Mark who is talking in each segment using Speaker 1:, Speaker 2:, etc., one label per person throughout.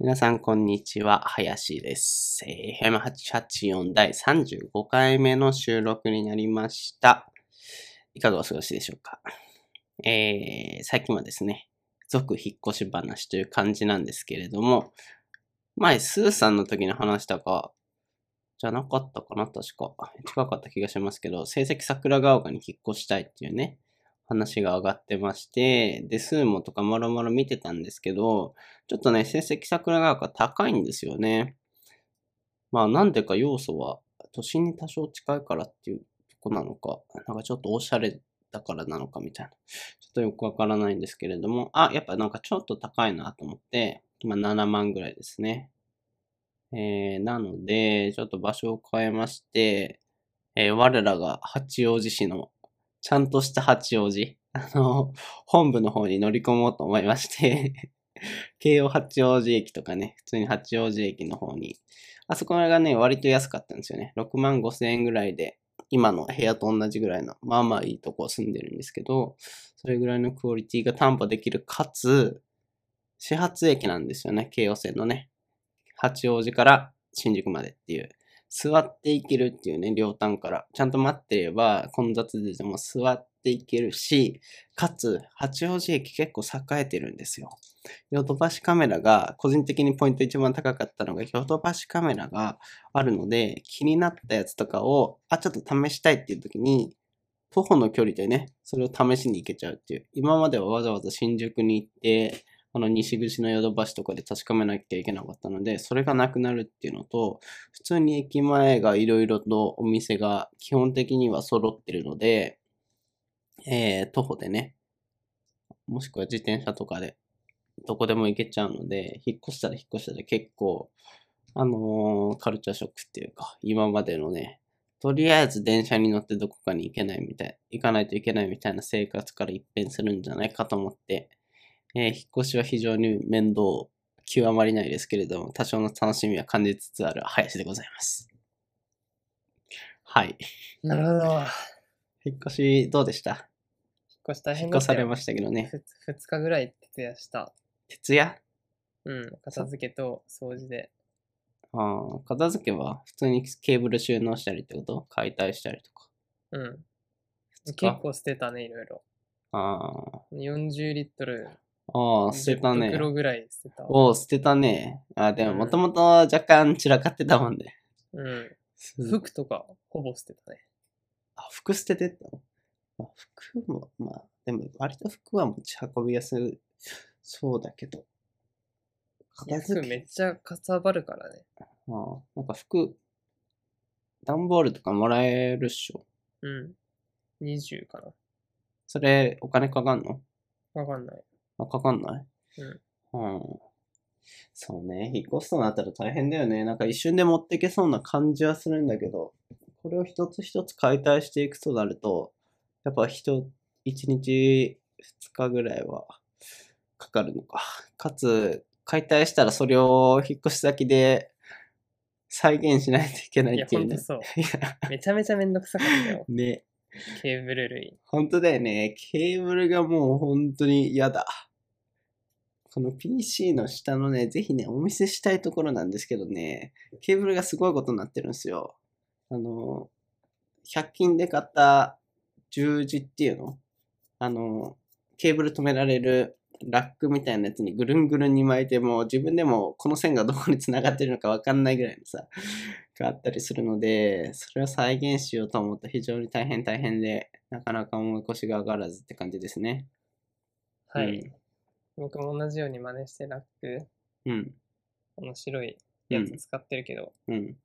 Speaker 1: 皆さん、こんにちは。林です。えー FM884 第35回目の収録になりました。いかがお過ごしでしょうか。えー、最近はですね、続引っ越し話という感じなんですけれども、前、スーさんの時に話したか、じゃなかったかな、確か。近かった気がしますけど、成績桜ヶ丘に引っ越したいっていうね、話が上がってまして、で、スーモとかもろもろ見てたんですけど、ちょっとね、成績桜川が高いんですよね。まあ、なんでか要素は、都心に多少近いからっていうとこなのか、なんかちょっとオシャレだからなのかみたいな。ちょっとよくわからないんですけれども、あ、やっぱなんかちょっと高いなと思って、まあ7万ぐらいですね。えー、なので、ちょっと場所を変えまして、えー我らが八王子市の、ちゃんとした八王子、あの、本部の方に乗り込もうと思いまして、京王八王子駅とかね、普通に八王子駅の方に、あそこがね、割と安かったんですよね。6万5千円ぐらいで、今の部屋と同じぐらいの、まあまあいいとこ住んでるんですけど、それぐらいのクオリティが担保できる、かつ、始発駅なんですよね、京王線のね。八王子から新宿までっていう。座っていけるっていうね、両端から。ちゃんと待ってれば、混雑時でも座っていけるし、かつ、八王子駅結構栄えてるんですよ。ヨドバシカメラが、個人的にポイント一番高かったのが、ヨドバシカメラがあるので、気になったやつとかを、あ、ちょっと試したいっていう時に、徒歩の距離でね、それを試しに行けちゃうっていう。今まではわざわざ新宿に行って、この西口のヨドバシとかで確かめなきゃいけなかったので、それがなくなるっていうのと、普通に駅前がいろいろとお店が基本的には揃ってるので、えー、徒歩でね、もしくは自転車とかでどこでも行けちゃうので、引っ越したら引っ越したら結構、あのーカルチャーショックっていうか、今までのね、とりあえず電車に乗ってどこかに行けないみたい、行かないといけないみたいな生活から一変するんじゃないかと思って、えー引っ越しは非常に面倒、極まりないですけれども、多少の楽しみは感じつつある林でございます。はい。
Speaker 2: なるほど。
Speaker 1: 引っ越しどうでした
Speaker 2: 引っ越し大
Speaker 1: 引っ
Speaker 2: 変だ
Speaker 1: 越
Speaker 2: った
Speaker 1: さ
Speaker 2: よ。
Speaker 1: れましたけどね。
Speaker 2: ふつ2日ぐらい徹夜した。
Speaker 1: 徹夜
Speaker 2: うん。片付けと掃除で。
Speaker 1: ああ、片付けは普通にケーブル収納したりってこと解体したりとか。
Speaker 2: うん。
Speaker 1: 二日
Speaker 2: 結構捨てたね、いろいろ。
Speaker 1: あ
Speaker 2: 40リットル。
Speaker 1: あ、ああ、捨てた
Speaker 2: 10
Speaker 1: ね。
Speaker 2: 袋ぐらい捨てた。
Speaker 1: おお、捨てたね。ああ、でも
Speaker 2: うん
Speaker 1: もともと若干散らかってたもんで、
Speaker 2: うん。
Speaker 1: す
Speaker 2: 服とかほぼ捨てたね。
Speaker 1: あ服捨ててったのまあ服も、まあ、でも割と服は持ち運びやすいそうだけど。
Speaker 2: い
Speaker 1: 片
Speaker 2: や服
Speaker 1: 付
Speaker 2: めっ
Speaker 1: け。
Speaker 2: ちゃかさばるからね。
Speaker 1: ああ、なんか服、段ボールとかもらえるっしょ。
Speaker 2: うん。20か
Speaker 1: それ、お金かかんの
Speaker 2: な。わかんない。
Speaker 1: あ、かかんないうん。そうね。引っ越すとなったら大変だよね。なんか一瞬で持ってけそうな感じはするんだけど、これを一つ一つ解体していくとなると、やっぱ人、一日二日ぐらいはかかるのか。かつ、解体したらそれを引っ越し先で再現しないといけないい
Speaker 2: や、
Speaker 1: って
Speaker 2: ほ
Speaker 1: いうん
Speaker 2: と
Speaker 1: ね。
Speaker 2: そう。
Speaker 1: いや、。
Speaker 2: めちゃめちゃめんどくさかった よ
Speaker 1: ね。
Speaker 2: ケーブル類。
Speaker 1: 本当だよね。ケーブルがもう本当に嫌だ。この PC の下のね、ぜひね、お見せしたいところなんですけどね、ケーブルがすごいことになってるんですよ。あの、100均で買った十字っていうのあの、ケーブル止められるラックみたいなやつにぐるんぐるんに巻いても、自分でもこの線がどこに繋がってるのかわかんないぐらいのさ、があったりするので、それを再現しようと思うと非常に大変大変で、なかなか思い越しが上がらずって感じですね。
Speaker 2: はい。
Speaker 1: うん
Speaker 2: 僕も同じように真似してラック、
Speaker 1: うん。
Speaker 2: この白いうや
Speaker 1: ん
Speaker 2: つ。使ってるけど、
Speaker 1: うん。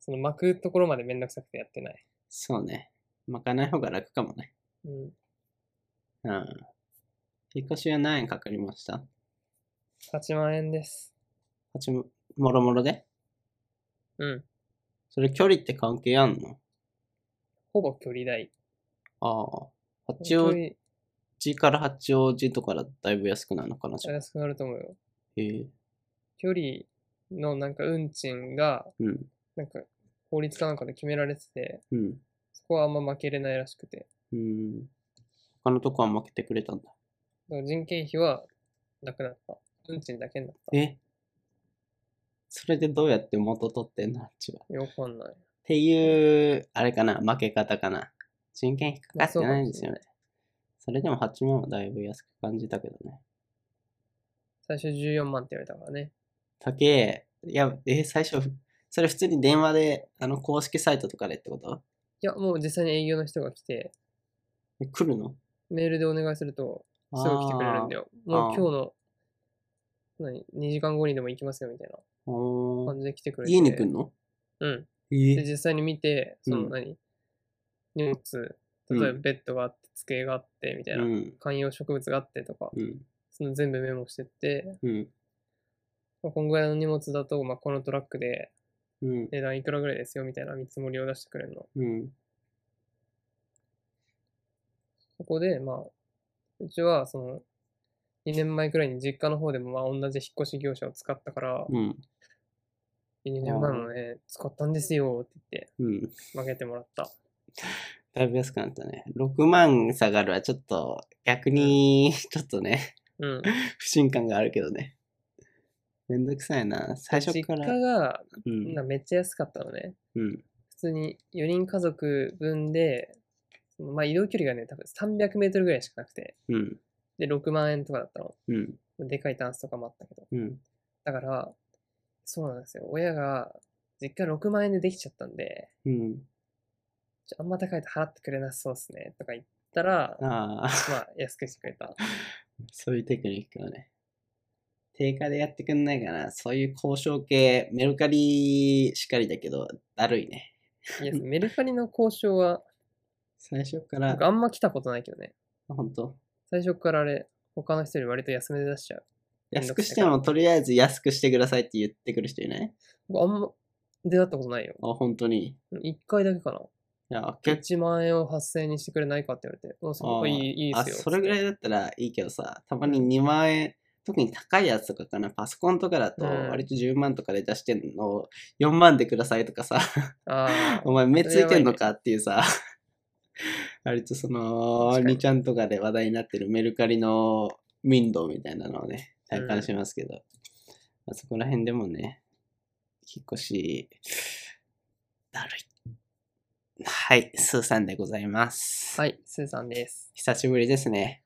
Speaker 2: その巻くところまでめんどくさくてやってない。
Speaker 1: そうね。巻かない方が楽かもね。
Speaker 2: うん。
Speaker 1: うん。引っ越しは何円かかりました
Speaker 2: 8万円です。
Speaker 1: はちも、もろもろで
Speaker 2: うん。
Speaker 1: それ距離って関係あんの
Speaker 2: ほぼ距離代。
Speaker 1: ああ。八
Speaker 2: 距
Speaker 1: 王
Speaker 2: 離
Speaker 1: 子から八王子とかだとだいぶ安くなるのかなじゃあ
Speaker 2: 安くなると思うよ。
Speaker 1: へえ。
Speaker 2: 距離のなんか運賃が、
Speaker 1: うん。
Speaker 2: なんか法律かなんかで決められてて、
Speaker 1: うん。
Speaker 2: そこはあんま負けれないらしくて。
Speaker 1: うん。他のとこは負けてくれたんだ。
Speaker 2: だから人件費はなくなった。運賃だけになった。
Speaker 1: えそれでどうやって元取ってんのあっちは。っ
Speaker 2: よくわかんない。
Speaker 1: ていう、あれかな、負け方かな。人件費かかってないんですよね。それでも8万はだいぶ安く感じたけどね。
Speaker 2: 最初14万って言われたからね。
Speaker 1: 高え。いや、え、最初、それ普通に電話で、あの、公式サイトとかでってこと
Speaker 2: いや、もう実際に営業の人が来て、
Speaker 1: え来るの
Speaker 2: メールでお願いすると、すぐ来てくれるんだ
Speaker 1: よ。
Speaker 2: よ。も
Speaker 1: あ
Speaker 2: う
Speaker 1: ー
Speaker 2: 今日の、何 ?2 時間後にでも行きますよみたいな
Speaker 1: おー
Speaker 2: 感じで来てくれて。
Speaker 1: 家に来んの
Speaker 2: うん。で、
Speaker 1: え
Speaker 2: 実際に見て、そ
Speaker 1: う
Speaker 2: の
Speaker 1: ん
Speaker 2: 何、荷物、
Speaker 1: うん
Speaker 2: 例えばベッドがあって、机があって、みたいな、
Speaker 1: うん。
Speaker 2: 観葉植物があってとか、
Speaker 1: うん。
Speaker 2: その全部メモしてって、
Speaker 1: うん。
Speaker 2: まあ、こんぐらいの荷物だと、まあ、このトラックで
Speaker 1: うん。
Speaker 2: 値段いくらぐらいですよみたいな見積もりを出してくれるの。
Speaker 1: うん。
Speaker 2: そこで、まあ、うちは、その、2年前くらいに実家の方でも、まあ、同じ引っ越し業者を使ったから、
Speaker 1: うん。
Speaker 2: 2年前もね、使ったんですよって言って、
Speaker 1: うん。
Speaker 2: 負けてもらった。
Speaker 1: だいぶ安くなったね。6万下がるはちょっと、逆に、 ちょっとね、
Speaker 2: うん。
Speaker 1: 不信感があるけどね。めんどくさいな。最初
Speaker 2: 実
Speaker 1: から。
Speaker 2: 家が、
Speaker 1: う。
Speaker 2: なんんかめっちゃ安かったのね。
Speaker 1: うん。
Speaker 2: 普通に4人家族分で、そのまあ移動距離がね、多分300メートルぐらいしかなくて、
Speaker 1: うん。
Speaker 2: で、6万円とかだったの。
Speaker 1: うん。
Speaker 2: でかいタンスとかもあったけど。
Speaker 1: うん。
Speaker 2: だから、そうなんですよ。親が、実家6万円でできちゃったんで、
Speaker 1: うん。
Speaker 2: ちょあんま高いと払ってくれなさそうっすね、とか言ったら、ま
Speaker 1: ああ。
Speaker 2: あ、安くしてくれた。
Speaker 1: そういうテクニックをね。定価でやってくんないかな。そういう交渉系、メルカリしかりだけど、だるいね。
Speaker 2: いや、メルカリの交渉は、
Speaker 1: 最初か
Speaker 2: な
Speaker 1: ら
Speaker 2: ん、かあんま来たことないけどね。
Speaker 1: 本当
Speaker 2: 最初からあれ、他の人より割と安めで出しちゃう。めん
Speaker 1: 安
Speaker 2: ど
Speaker 1: く
Speaker 2: く
Speaker 1: し
Speaker 2: さい
Speaker 1: て
Speaker 2: から
Speaker 1: も、とりあえず安くしてくださいって言ってくる人いない
Speaker 2: 僕あんま出会ったことないよ。
Speaker 1: あ、本当に。い
Speaker 2: 1回だけかな。
Speaker 1: や、結
Speaker 2: 1万円を8000円にしてくれないかって言われて、もうそこ
Speaker 1: あ
Speaker 2: い
Speaker 1: ー
Speaker 2: い、いいで
Speaker 1: あ、
Speaker 2: すよ。
Speaker 1: それぐら
Speaker 2: い。
Speaker 1: いだったらいいけどさ、たまに2万円、特に高いやつとかかな、パソコンとかだと、
Speaker 2: うん
Speaker 1: 割と10万とかで出してんのを4万でくださいとか さ、
Speaker 2: あ
Speaker 1: お前目ついてんのかっていうさ、割とその、
Speaker 2: 確かに
Speaker 1: 2ちゃんとかで話題になってるメルカリのミンドみたいなのをね、体感しますけど、まあそこら辺でもね、引っ越し、だるい。はい、スーさんでございます。
Speaker 2: あ。はい、スーさんです。
Speaker 1: 久しぶりですね。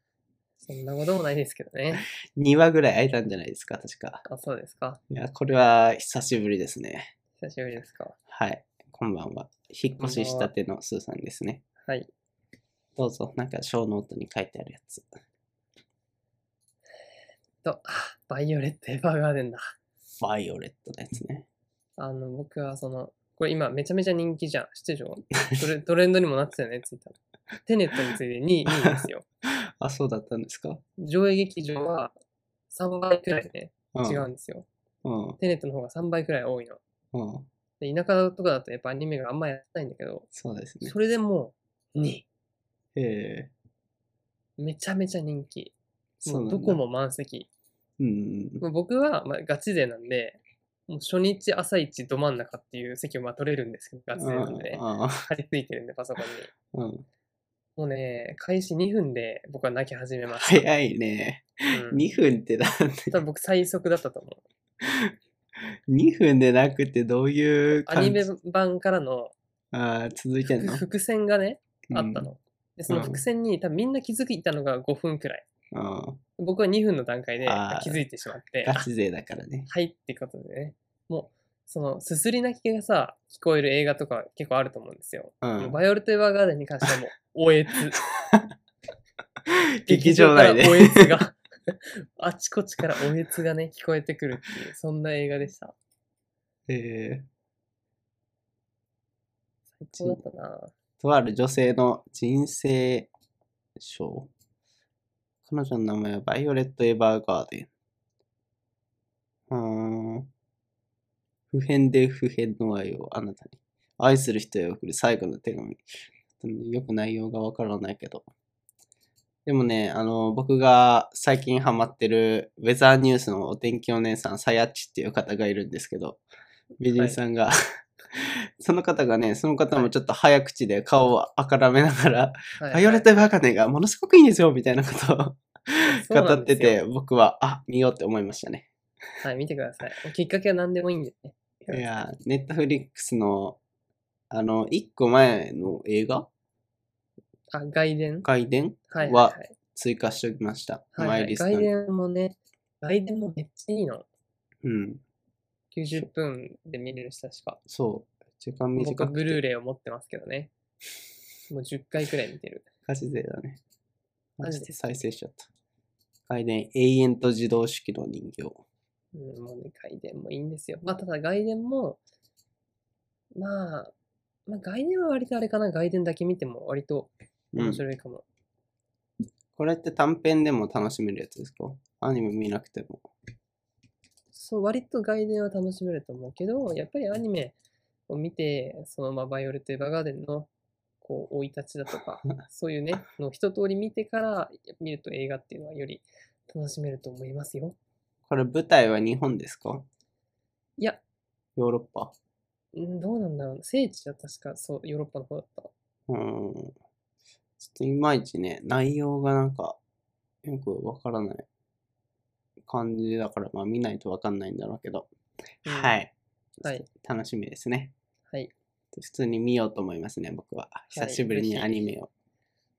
Speaker 2: そんなこともないですけどね。
Speaker 1: 2話ぐらい空いたんじゃないですか、確か。
Speaker 2: あ、そうですか。
Speaker 1: いや、これは久しぶりですね。
Speaker 2: 久しぶりですか。
Speaker 1: はい、こんばんは。引っ越ししたてのスーさんですね。
Speaker 2: はい。
Speaker 1: どうぞ、なんか小ノートに書いてあるやつ。
Speaker 2: と、あバイオレット・エヴァーガーデンだ。
Speaker 1: バイオレットのやつね。
Speaker 2: あの、僕はその、これ今めちゃめちゃ人気じゃん。知ってるでしょト レトレンドにもなってたよね、ツイッターの。テネットについて2位、2位ですよ。
Speaker 1: あ、そうだったんですか、
Speaker 2: 上映劇場は3倍くらいね、
Speaker 1: うん、
Speaker 2: 違うんですよ。
Speaker 1: うん。
Speaker 2: テネットの方が3倍くらい多いの。
Speaker 1: うん。
Speaker 2: で田舎とかだとやっぱアニメがあんまやってないんだけど、
Speaker 1: そうですね
Speaker 2: そ。れでもう2位。
Speaker 1: へえ。
Speaker 2: めちゃめちゃ人気。
Speaker 1: そう
Speaker 2: も
Speaker 1: な
Speaker 2: うん
Speaker 1: だ
Speaker 2: どこ。も満席。
Speaker 1: うん。
Speaker 2: もう僕は、まあ、ガチ勢なんで、もう初日朝一ど真ん中っていう席をまあ取れるんですけど、ガチ勢なんでね、
Speaker 1: ああ。
Speaker 2: 張り付いてるんで、パソコンに。
Speaker 1: うん。
Speaker 2: もうね、開始2分で僕は泣き始めました。
Speaker 1: 早いね。
Speaker 2: うん
Speaker 1: 2分ってだって、
Speaker 2: 多分僕最速だったと思う。
Speaker 1: 2分でなくてどういう
Speaker 2: ア
Speaker 1: 感じ
Speaker 2: ニメ版からの
Speaker 1: ああ、続いて んの、
Speaker 2: 伏線がね、
Speaker 1: うん、
Speaker 2: あった。の。で、その
Speaker 1: うん
Speaker 2: 伏線に多分みんな気づいたのが5分くらい。
Speaker 1: あ
Speaker 2: 僕は2分の段階で
Speaker 1: あー
Speaker 2: 気づいてしまっ
Speaker 1: あ
Speaker 2: て、
Speaker 1: ガチ勢だからね。
Speaker 2: はいってことでね、もう、その、すすり泣きがさ、聞こえる映画とか結構あると思うんですよ。
Speaker 1: うん。
Speaker 2: バイオルテ・エヴァーガーデンに関してはもう、おえつ。
Speaker 1: 劇場内で
Speaker 2: 劇場からおえつが、あちこちからおえつがね、聞こえてくるっていう、そんな映画でした。
Speaker 1: へえ。
Speaker 2: そうだったな
Speaker 1: とある女性の人生賞。彼女の名前はバイオレット・エヴァーガーデン。うーん。不変で不変の愛をあなたに。愛する人へ送る最後の手紙。うんよく内容がわからないけど。でもね、あの、僕が最近ハマってるウェザーニュースのお天気お姉さん、さやっちっていう方がいるんですけど、美人さんが、 その方がね、その方もちょっと早口で顔をあからめながら、
Speaker 2: はい。
Speaker 1: バイオレット・エヴァーガーデンがも のすごくいいんですよみたいなことを
Speaker 2: はい
Speaker 1: 語ってて、、僕は、あ、見ようって思いましたね。
Speaker 2: はい、見てください。もうきっかけは何でもいいんでね。
Speaker 1: いや、ネットフリックスの、あの、一個前の映画
Speaker 2: あ、外伝
Speaker 1: 外伝
Speaker 2: はい
Speaker 1: は
Speaker 2: はい
Speaker 1: 追加しておきました。
Speaker 2: は
Speaker 1: マ
Speaker 2: い。は
Speaker 1: イ
Speaker 2: い、
Speaker 1: リスト
Speaker 2: 外
Speaker 1: に
Speaker 2: 伝もね、外伝もめっちゃいいの。
Speaker 1: うん。
Speaker 2: 90分で見れるし、確か。
Speaker 1: そう。時間短くて
Speaker 2: 僕はブルーレイを持ってますけどね。もう10回くらい見てる。
Speaker 1: ガチ勢だね。
Speaker 2: マジで
Speaker 1: 再生しちゃった。外伝、永遠と自動式の人形。
Speaker 2: うん、もうね、外伝もいいんですよ。まあ、ただ外伝も、まあ、まあ、外伝は割とあれかな、外伝だけ見ても割と
Speaker 1: うん
Speaker 2: 面。白いかも。
Speaker 1: これって短編でも楽しめるやつですかアニメ見なくても。
Speaker 2: そう、割と外伝は楽しめると思うけど、やっぱりアニメを見て、その、まあ、バイオレット・エヴァーガーデンの、こう、生い立ちだ とか、そういうね、の一通り見てから見ると映画っていうのはより楽しめると思いますよ。
Speaker 1: これ舞台は日本ですか
Speaker 2: いや、
Speaker 1: ヨーロッパ。
Speaker 2: うんどうなんだろうな。聖地は確か、そう、ヨーロッパの方だった。
Speaker 1: うーん。ちょっといまいちね、内容がなんか、よくわからない感じだから、まあ見ないとわかんないんだろうけど。
Speaker 2: うん
Speaker 1: はい。
Speaker 2: はい。
Speaker 1: 楽しみですね。
Speaker 2: はい。
Speaker 1: 普通に見ようと思いますね、僕は。久しぶりに
Speaker 2: ぜひ
Speaker 1: アニメを。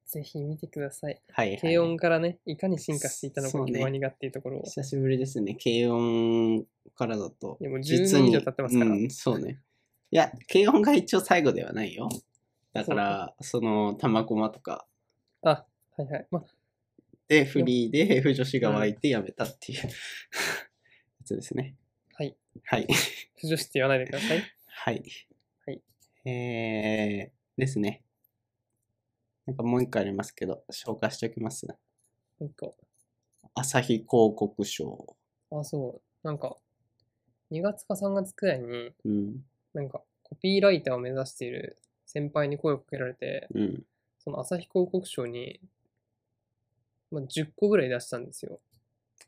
Speaker 2: ぜひ見てください。
Speaker 1: はい、はい。
Speaker 2: 低音からね、いかに進化していたの
Speaker 1: そう
Speaker 2: か、
Speaker 1: ね
Speaker 2: キルワニがっていうところを。
Speaker 1: 久しぶりですね、軽音からだと。
Speaker 2: いやもう10年以上経ってますから
Speaker 1: うん、そうね。いや、軽音が一応最後ではないよ。だから、その、玉駒とか
Speaker 2: あ、はいはい。まあ、
Speaker 1: で、フリーで、不女子が湧いてやめたっていう やつですね。
Speaker 2: はい。
Speaker 1: はい。
Speaker 2: 不助して言わないでください。
Speaker 1: はい。
Speaker 2: はい。
Speaker 1: えー、ですね。なんかもう一個ありますけど、紹介しておきます。
Speaker 2: もう一個。
Speaker 1: 朝日広告賞。
Speaker 2: あ、そう。なんか、2月か3月くらいに、
Speaker 1: うん。
Speaker 2: なんか、コピーライターを目指している先輩に声をかけられて、
Speaker 1: うん。
Speaker 2: その朝日広告賞に、まあ、10個ぐらい出したんですよ。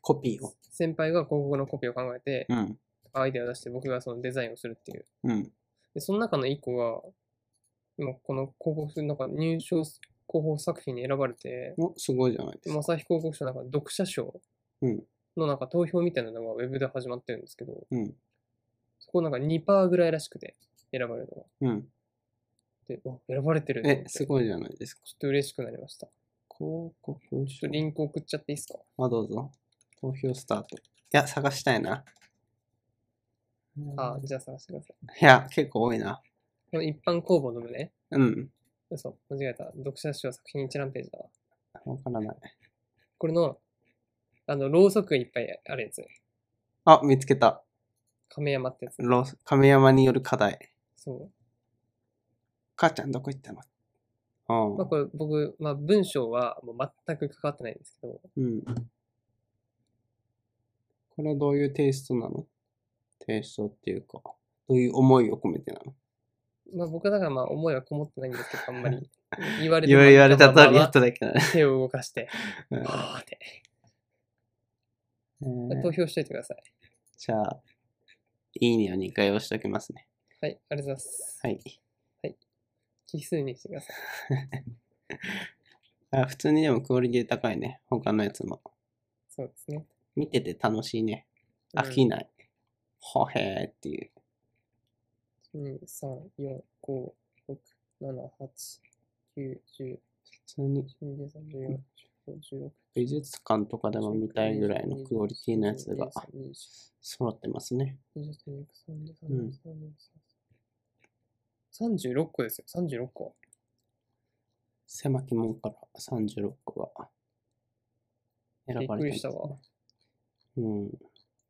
Speaker 1: コピーを。
Speaker 2: 先輩が広告のコピーを考えて、
Speaker 1: うん。
Speaker 2: アイデアを出して僕がそのデザインをするっていう。
Speaker 1: うん。
Speaker 2: で、その中の1個が、今この広告、なんか入賞広報作品に選ばれて、
Speaker 1: お、すごいじゃないです
Speaker 2: で、
Speaker 1: か。
Speaker 2: 朝日広告賞の中で読者賞
Speaker 1: うん
Speaker 2: のなんか投票みたいなのがウェブで始まってるんですけど、
Speaker 1: うん。
Speaker 2: そこなんか2%ぐらいらしくて、選ばれるのが。
Speaker 1: うん。
Speaker 2: で、お選ばれてると思っ
Speaker 1: え、
Speaker 2: て
Speaker 1: す
Speaker 2: ちょ
Speaker 1: ごいじゃないですか。
Speaker 2: っと嬉しくなりました。ち
Speaker 1: 広告
Speaker 2: ょ
Speaker 1: 賞
Speaker 2: っと。リンク送っちゃっていいですか
Speaker 1: あ、どうぞ。投票スタート。いや、探したいな。うん
Speaker 2: あ、じゃあ探してください。
Speaker 1: いや、結構多いな。
Speaker 2: この一般公募の部ね、
Speaker 1: うん。
Speaker 2: 嘘、間違えた。読者賞作品一覧ページだわ。
Speaker 1: わからない。
Speaker 2: これの、あの、ろうそくがいっぱいあるやつ。
Speaker 1: あ、見つけた。
Speaker 2: 亀山ってやつ。
Speaker 1: ロス亀山による課題。
Speaker 2: そう。
Speaker 1: 母ちゃんどこ行ったのうん
Speaker 2: まあこれ僕、まあ文章はもう全く関わってないんですけど、
Speaker 1: うん。これはどういうテイストなのテイストっていうか、どういう思いを込めてなの
Speaker 2: まあ僕だからまあ思いはこもってないんですけど、あんまり言われ
Speaker 1: 言わ言われた通りや
Speaker 2: や
Speaker 1: っただけだね。
Speaker 2: 手を動かして、
Speaker 1: うん
Speaker 2: はーって。
Speaker 1: えー
Speaker 2: 投票しといてください。
Speaker 1: じゃあ、いいねを2回押しておきますね。
Speaker 2: はい、ありがとうございます。
Speaker 1: はい。
Speaker 2: 奇数にしてください。
Speaker 1: あ普通にでもクオリティ高いね。他のやつも。
Speaker 2: そうですね。
Speaker 1: 見てて楽しいね。
Speaker 2: うん
Speaker 1: 飽きない。ほへーっていう。
Speaker 2: 2、3、4、5、6、7、8、9、10、
Speaker 1: 普通に
Speaker 2: 12、13、14、15、16。
Speaker 1: 美術館とかでも見たいぐらいのクオリティのやつが揃ってますね。うん
Speaker 2: 36個ですよ、36個。
Speaker 1: 狭き門から36個が選ばれたんですね
Speaker 2: びっくりしたわ。
Speaker 1: うん。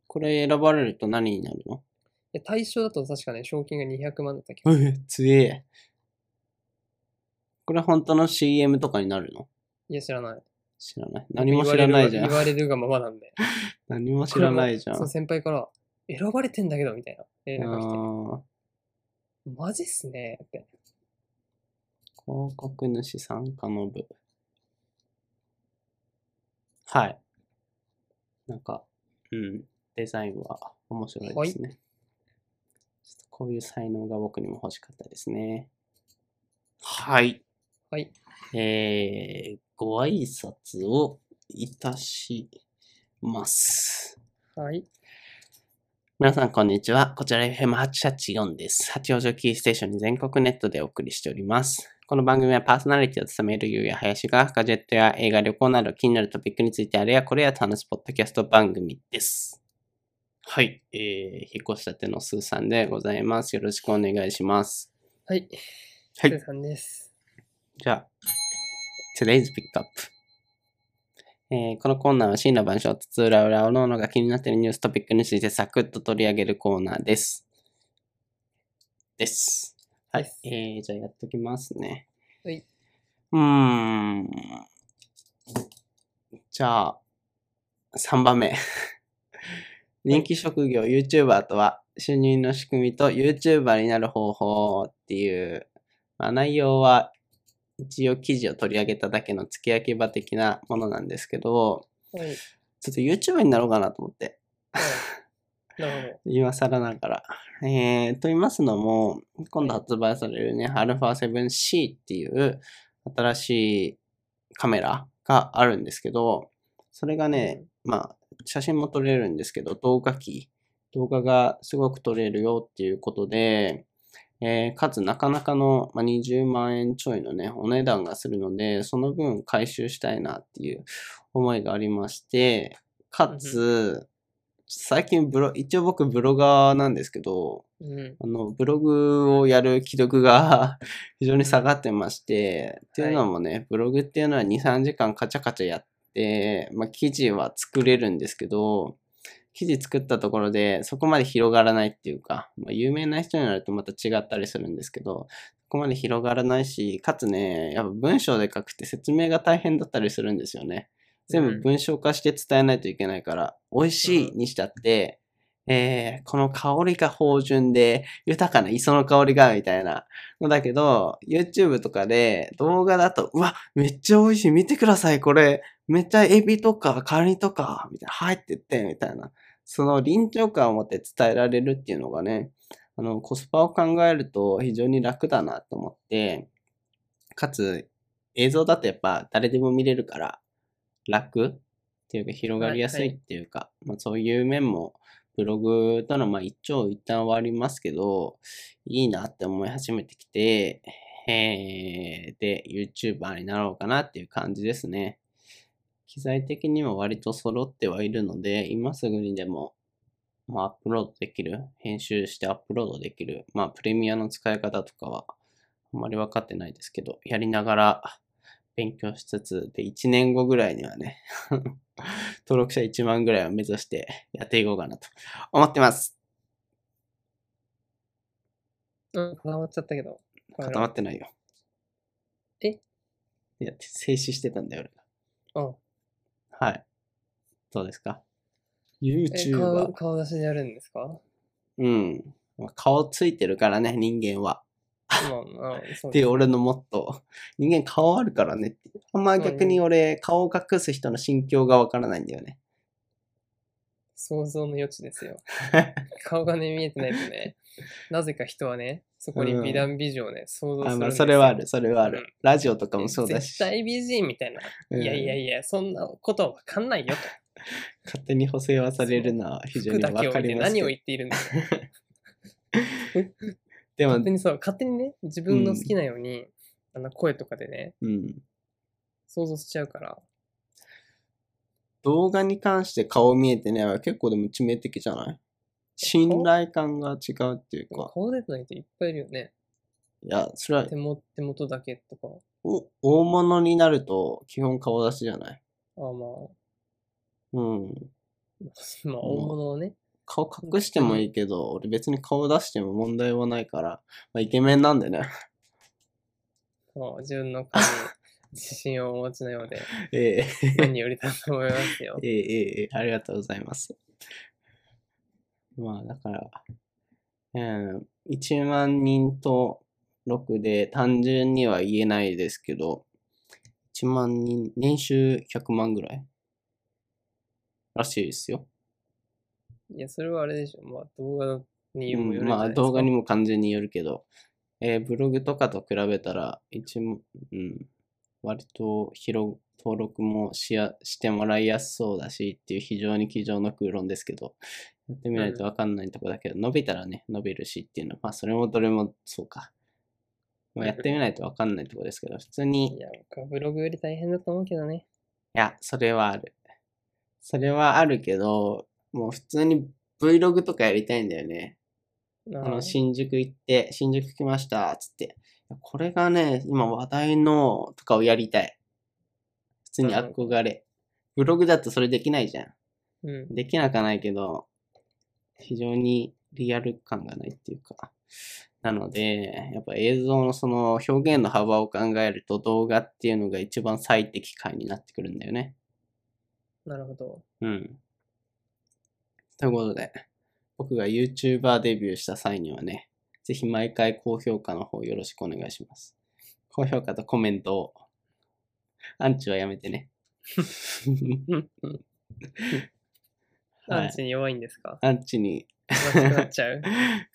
Speaker 1: これ選ばれると何になるの
Speaker 2: いや対象だと確かね、賞金が200万だったっけど、
Speaker 1: え、つえ。これ本当の CM とかになるの
Speaker 2: いや、知らない。
Speaker 1: 知らない。何も知らないじゃ
Speaker 2: 言わ
Speaker 1: ん。
Speaker 2: れるが言われるがままなんで。
Speaker 1: 何も 知らないじゃん。
Speaker 2: これもそう、先輩から、選ばれてんだけど、みたいな。えなんか来て
Speaker 1: あー
Speaker 2: マジっすね、って。
Speaker 1: 広告主参加の部。はい。なんか、うん、デザインは面白いですね。ちょっとこういう才能が僕にも欲しかったですね。はい。
Speaker 2: はい。
Speaker 1: えー、ご挨拶をいたします。
Speaker 2: はい。
Speaker 1: 皆さん、こんにちは。こちら FM884 です。八王子キーステーションに全国ネットでお送りしております。この番組はパーソナリティを務めるゆうや林がガジェットや映画、旅行など気になるトピックについてあれやこれやと話すポッドキャスト番組です。はい。えー、引っ越したてのスーさんでございます。よろしくお願いします。
Speaker 2: はい。
Speaker 1: はい
Speaker 2: スーさんです。
Speaker 1: じゃあ、Today's Pickup。えーこのコーナーは真羅万象、津々浦々、おのおのが気になっているニューストピックについてサクッと取り上げるコーナーです。です。は
Speaker 2: で
Speaker 1: い
Speaker 2: す。
Speaker 1: えー、じゃあやっときますね。
Speaker 2: はい。
Speaker 1: うーん。じゃあ、3番 目。人気職業 YouTuber とは、収入の仕組みと YouTuber になる方法っていう、まあ、内容は一応記事を取り上げただけの付け焼き場的なものなんですけど、
Speaker 2: はい。はい
Speaker 1: ちょっと YouTuber になろうかなと思って。
Speaker 2: なるほ
Speaker 1: 今更ながら。えー、と言いますのも、今度発売されるね、α7C っていう新しいカメラがあるんですけど、それが
Speaker 2: ど。
Speaker 1: ね、まあ、写真も撮れるんですけど、動画機、動画がすごく撮れるよっていうことで、えーかつなかなかの、まあ、20万円ちょいのね、お値段がするので、その分回収したいなっていう思いがありまして、かつ、最近ブロ、一応僕ブロガーなんですけど、
Speaker 2: うん。
Speaker 1: あの、ブログをやる既読が 非常に下がってまして、っていうのもね、ブログっていうのは2、3時間カチャカチャやって、まあ、記事は作れるんですけど、記事作ったところでそこまで広がらないっていうか、まあ、有名な人になるとまた違ったりするんですけど、そこまで広がらないし、かつね、やっぱ文章で書くって説明が大変だったりするんですよね。全
Speaker 2: う
Speaker 1: 部
Speaker 2: ん
Speaker 1: 文章化して伝えないといけないから、美味しいにしたって、えーこの香りが芳醇で、豊かな磯の香りが、みたいな。のだけど、YouTube とかで動画だと、うわ、めっちゃ美味しい、見てください、これ。めっちゃエビとかカニとか、みたいな、入ってって、みたいな。その臨場感を持って伝えられるっていうのがね、あの、コスパを考えると非常に楽だなと思って、かつ、映像だとやっぱ誰でも見れるから、楽っていうか広がりやすいっていうか、まあそういう面も、ブログとのまあ一長一短はありますけど、いいなって思い始めてきて、えー、で、YouTuber になろうかなっていう感じですね。機材的にも割と揃ってはいるので、今すぐにでも、まあ、アップロードできる、編集してアップロードできる、まあ、プレミアの使い方とかは、あんまり分かってないですけど、やりながら勉強しつつ、で、1年後ぐらいにはね、 登録者1万ぐらいを目指してやっていこうかなと思ってます。
Speaker 2: うん、固まっちゃったけど。
Speaker 1: 固まってないよ。
Speaker 2: え
Speaker 1: いや、静止してたんだよ、俺が。
Speaker 2: うん。
Speaker 1: はい。どうですか
Speaker 2: え、顔
Speaker 1: ?YouTuber。
Speaker 2: 顔出しでやるんですか
Speaker 1: うん。まあ顔ついてるからね、人間は。
Speaker 2: まあまあ、そう
Speaker 1: ってい
Speaker 2: です
Speaker 1: う俺のモットー。人間顔あるからねっていう。あんま逆に俺、顔を隠す人の心境がわからないんだよね。
Speaker 2: 想像の余地です よ。顔がね、見えてないとね、なぜか人はね、そこに美談美女をね、想像する
Speaker 1: あ
Speaker 2: ん
Speaker 1: ま
Speaker 2: で
Speaker 1: あ、
Speaker 2: すよ。
Speaker 1: それはある、それはあ
Speaker 2: う
Speaker 1: る
Speaker 2: ん。
Speaker 1: ラジオとかもそうだ
Speaker 2: 絶
Speaker 1: し、
Speaker 2: 対美人みたいな。
Speaker 1: うん
Speaker 2: いやいやいや、そんなことはわかんないよと。
Speaker 1: 勝手に補正はされるのは非常
Speaker 2: 服
Speaker 1: に
Speaker 2: だ
Speaker 1: わ
Speaker 2: けを
Speaker 1: か
Speaker 2: 見て
Speaker 1: りますけ
Speaker 2: 何を
Speaker 1: ど。
Speaker 2: 言っているんだよ。
Speaker 1: でも
Speaker 2: 勝手、 にそう、勝手にね、自分の好きなように、あの声とかでね、
Speaker 1: うん。
Speaker 2: 想像しちゃうから。
Speaker 1: 動画に関して顔見えてないは結構でも致命的じゃない信頼感が違うっていう
Speaker 2: でも
Speaker 1: か、
Speaker 2: 顔出てない人いっぱいいるよね。
Speaker 1: いや、それは
Speaker 2: 手も手元だけとか。
Speaker 1: お大物になると基本顔出しじゃない
Speaker 2: ああ まあ、
Speaker 1: うん。
Speaker 2: まあ大物をね。
Speaker 1: 顔隠してもいいけど、俺別に顔出しても問題はないから、まあ、イケメンなんでね。
Speaker 2: もう自分の顔に自信をお持ちのよ うで、
Speaker 1: ええ。
Speaker 2: 何よりだと思いますよ
Speaker 1: ええええありがとうございます。まあだから、うん、1万人と6で単純には言えないですけど、1万人、年収100万ぐらいらしいですよ。
Speaker 2: いや、それはあれでしょ。まあ、動画にもよ
Speaker 1: うん、
Speaker 2: るんじゃ
Speaker 1: ま
Speaker 2: ない
Speaker 1: あ
Speaker 2: ですか。
Speaker 1: 動画にも完全によるけど、えーブログとかと比べたら、一も、うん、割と広登録もしやしてもらいやすそうだしっていう非常に机上の空論ですけど、やってみないとわかんないとこだけど、伸びたらね、伸びるしっていうのは、まあそれもどれもそうか。まあやってみないとわかんないとこですけど、普通に
Speaker 2: いや、僕はブログより大変だと思うけどね。
Speaker 1: いや、それはある。それはあるけど、もう普通に Vlog とかやりたいんだよね。
Speaker 2: ま
Speaker 1: あの、新宿行って、新宿来ました、つって。これがね、今話題のとかをやりたい。普通に憧れ。ブログだとそれできないじゃん。
Speaker 2: うん。
Speaker 1: できなかないけど、非常にリアル感がないっていうか。なので、やっぱ映像のその表現の幅を考えると動画っていうのが一番最適解になってくるんだよね。
Speaker 2: なるほど。
Speaker 1: うん。ということで、僕が YouTuber デビューした際にはね、ぜひ毎回高評価の方よろしくお願いします。高評価とコメントを。アンチはやめてね。は
Speaker 2: アン
Speaker 1: い。
Speaker 2: チに弱いんです か
Speaker 1: アンチに
Speaker 2: 悲しくなっちゃう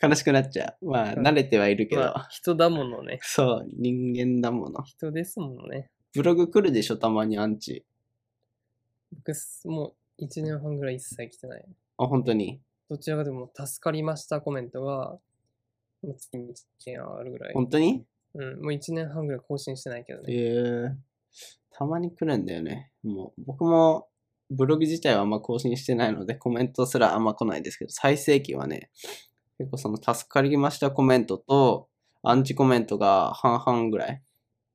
Speaker 1: 悲しくなっちゃう。まあ、
Speaker 2: うん
Speaker 1: 慣れてはいるけ
Speaker 2: ま
Speaker 1: ど。
Speaker 2: あ、人だものね。
Speaker 1: そう、人間だもの。
Speaker 2: 人ですものね。
Speaker 1: ブログ来るでしょ、たまにアンチ。
Speaker 2: 僕、もう1年半ぐらい一切来てない。
Speaker 1: あ、本当に。
Speaker 2: どちらかでも助かりましたコメントが、もう月に1件あるぐらい。
Speaker 1: 本当に
Speaker 2: うん、もう1年半ぐらい更新してないけどね。
Speaker 1: えー、たまに来るんだよね。もう僕もブログ自体はあんま更新してないのでコメントすらあんま来ないですけど、最盛期はね、結構その助かりましたコメントとアンチコメントが半々ぐらい。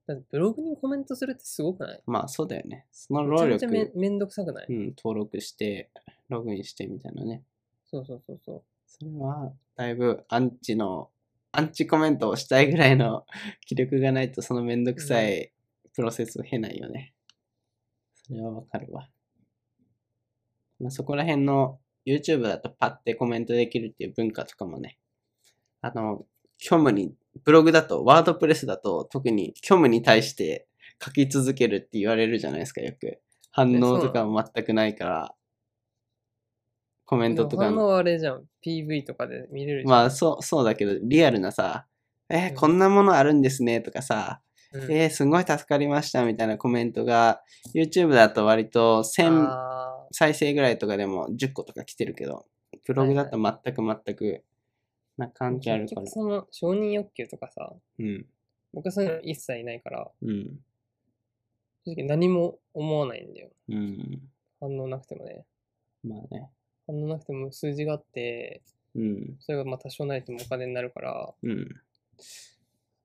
Speaker 2: だってブログにコメントするってすごくない
Speaker 1: まあそうだよね。その
Speaker 2: めち
Speaker 1: 労
Speaker 2: ゃめちゃめ
Speaker 1: 力、
Speaker 2: めんどくさくない、
Speaker 1: うん、登録して、ログインしてみたいなね。
Speaker 2: そうそうそうそ
Speaker 1: それはだいぶアンチの、アンチコメントをしたいぐらいの 気力がないとそのめんどくさいプロセスを経ないよね。それはわかるわ。まあ、そこら辺の YouTube だとパッてコメントできるっていう文化とかもね、あの、虚無に、ブログだと、ワードプレスだと特に虚無に対して書き続けるって言われるじゃないですか、よく。反応とかも全くないから、コメ
Speaker 2: う。
Speaker 1: ントとか
Speaker 2: でも
Speaker 1: の
Speaker 2: 反応あれじゃん。PV とかで見れるじゃん。
Speaker 1: まあそう、そうだけど、リアルなさ、えー
Speaker 2: うん
Speaker 1: こんなものあるんですねとかさ、
Speaker 2: うん
Speaker 1: えーすごい助かりましたみたいなコメントが、YouTube だと割と1000
Speaker 2: あ
Speaker 1: 再生ぐらいとかでも10個とか来てるけど、ブログだと全く全くな
Speaker 2: ー
Speaker 1: 感じあるから。
Speaker 2: 結局その承認欲求とかさ、
Speaker 1: うん。
Speaker 2: 僕はそういうの一切ないから、
Speaker 1: うん。
Speaker 2: 正直何も思わないんだよ。
Speaker 1: うん。
Speaker 2: 反応なくてもね。
Speaker 1: まあね。
Speaker 2: 反応なくても数字があって、
Speaker 1: うん。
Speaker 2: それがまあ多少なりともお金になるから、
Speaker 1: うん。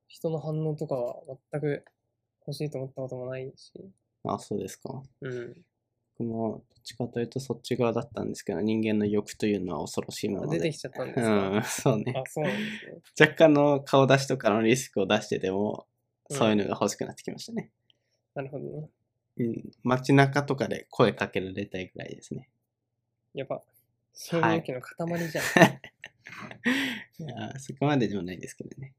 Speaker 2: 人の反応とかは全く欲しいと思ったこともないし。
Speaker 1: あ、そうですか。
Speaker 2: うん。
Speaker 1: 僕も、どっちかというとそっち側だったんですけど、人間の欲というのは恐ろしいも
Speaker 2: あ
Speaker 1: の
Speaker 2: 出て
Speaker 1: で。
Speaker 2: きちゃったんですか、
Speaker 1: うん、そうね。
Speaker 2: あ、そうなんですね。
Speaker 1: 若干の顔出しとかのリスクを出してでも、
Speaker 2: うん
Speaker 1: そういうのが欲しくなってきましたね。
Speaker 2: なるほどね。
Speaker 1: うん。街中とかで声かけられたいぐらいですね。
Speaker 2: やっぱ、そういうの塊じゃん。
Speaker 1: いやーそこまででもないですけどね。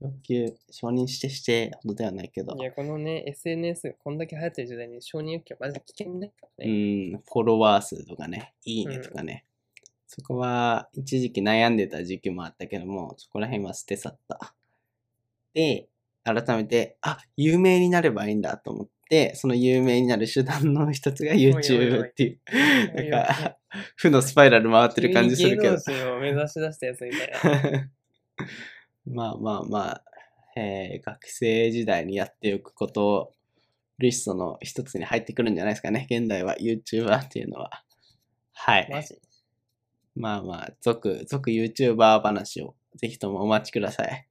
Speaker 1: 欲求、承認してしてほどではないけど、
Speaker 2: いうや、このね、SNS がこんだけ流行ってる時代に承認欲求はまず危険だからね。
Speaker 1: ん、フォロワー数とかね、いいねとかね。そこは、一時期悩んでた時期もあったけども、そこら辺は捨て去った。で、改めて、あ、有名になればいいんだと思って、その有名になる手段の一つが YouTube っていう。
Speaker 2: おいおい
Speaker 1: なんか、 負のスパイラル回って
Speaker 2: 急
Speaker 1: る
Speaker 2: に
Speaker 1: 感じするけど
Speaker 2: 芸能。人を目指し出したやつみたい な。
Speaker 1: まあまあまあ、えー学生時代にやっておくことリストの一つに入ってくるんじゃないですかね。現代は YouTuber っていうのは。はい。
Speaker 2: マジ
Speaker 1: まあまあ、続、続 YouTuber 話をぜひともお待ちください。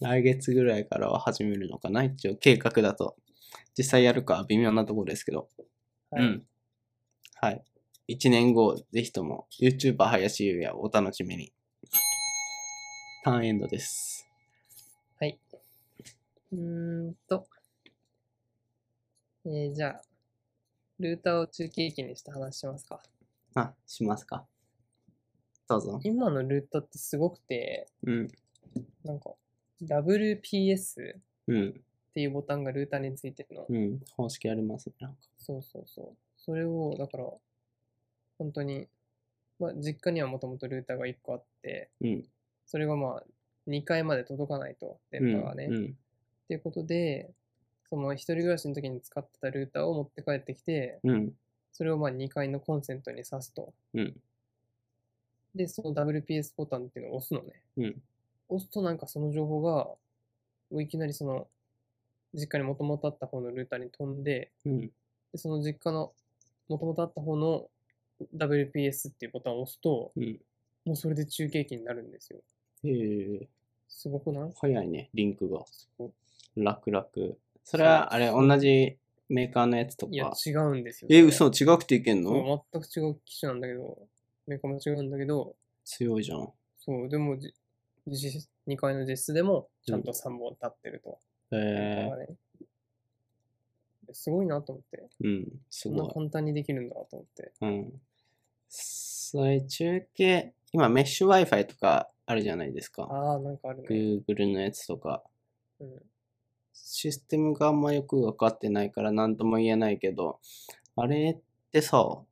Speaker 1: 来月ぐらいからは始めるのかな一応計画だと。実際やるかは微妙なところですけど。
Speaker 2: はい
Speaker 1: うん。はい。1年後、ぜひとも YouTuber 林優也をお楽しみに。ターンエンドです。
Speaker 2: はい。うーんと。えー、じゃあ、ルーターを中継機にして話しますか。
Speaker 1: あ、しますか。どうぞ。
Speaker 2: 今のルーターってすごくて、
Speaker 1: うん。
Speaker 2: なんか、WPS っ
Speaker 1: うん。
Speaker 2: ていうボタンがルーターについてるの。
Speaker 1: うん。方式ありますね。なんか
Speaker 2: そうそうそう。それを、だから、本当に、まあ、実家にはもともとルーターが1個あって、
Speaker 1: うん。
Speaker 2: それがまあ、2階まで届かないと、電波がね。
Speaker 1: うん。
Speaker 2: っていうことで、その一人暮らしの時に使ってたルーターを持って帰ってきて、
Speaker 1: うん。
Speaker 2: それをまあ2階のコンセントに挿すと。
Speaker 1: うん。
Speaker 2: で、その WPS ボタンっていうのを押すのね。
Speaker 1: うん。
Speaker 2: 押すとなんかその情報が、もういきなりその、実家にもともとあった方のルーターに飛んで、
Speaker 1: うん。
Speaker 2: でその実家の、もともとあった方の WPS っていうボタンを押すと、
Speaker 1: うん。
Speaker 2: もうそれで中継機になるんですよ。
Speaker 1: へえ。
Speaker 2: すごくない
Speaker 1: 早いね、リンクが。
Speaker 2: そう
Speaker 1: 楽々。それは、あれ、同じメーカーのやつと
Speaker 2: いや
Speaker 1: か。、
Speaker 2: 違うんですよ。
Speaker 1: え、
Speaker 2: そ
Speaker 1: 嘘、
Speaker 2: れ
Speaker 1: 違くていけんの
Speaker 2: そう全く違う機種なんだけど、メーカーも違うんだけど、
Speaker 1: 強いじゃん。
Speaker 2: そう、でもじ、実2階の実質でも、ちゃんと3本立ってると。
Speaker 1: へ
Speaker 2: だ
Speaker 1: え
Speaker 2: か。らねすごいなと思って。
Speaker 1: うん、す
Speaker 2: そんな
Speaker 1: ごい。
Speaker 2: 簡単にできるんだなと思って。
Speaker 1: うん。それ、中継、今、メッシュ Wi-Fi とかあるじゃないですか。
Speaker 2: ああ、なんかあるね。
Speaker 1: Google のやつとか。
Speaker 2: うん。
Speaker 1: システムがあんまよくわかってないから何とも言えないけど、あれってさ、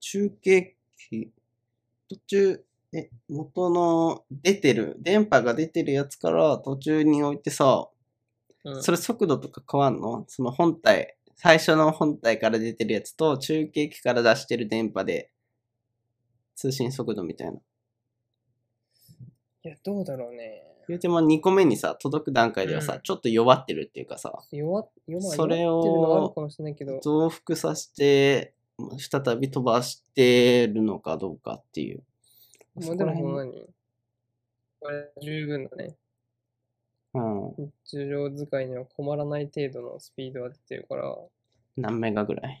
Speaker 1: 中継機、途中、え、元の出てる、電波が出てるやつから途中に置いてさ、
Speaker 2: うん、
Speaker 1: それ速度とか変わんのその本体、最初の本体から出てるやつと中継機から出してる電波で通信速度みたいな。
Speaker 2: いや、どうだろうね。
Speaker 1: 言うても2個目にさ、届く段階ではさ、
Speaker 2: うん
Speaker 1: ちょっと弱ってるっていうかさ、
Speaker 2: 弱弱い
Speaker 1: それを
Speaker 2: 弱ってるのはあるかもしれないけど、
Speaker 1: 増幅させて、再び飛ばしてるのかどうかっていう。
Speaker 2: ま
Speaker 1: そ
Speaker 2: あ
Speaker 1: こ
Speaker 2: で
Speaker 1: ら
Speaker 2: も
Speaker 1: 辺
Speaker 2: そんなに、これ十分だね。
Speaker 1: うん。
Speaker 2: 日常使いには困らない程度のスピードは出てるから、
Speaker 1: 何メガぐらい。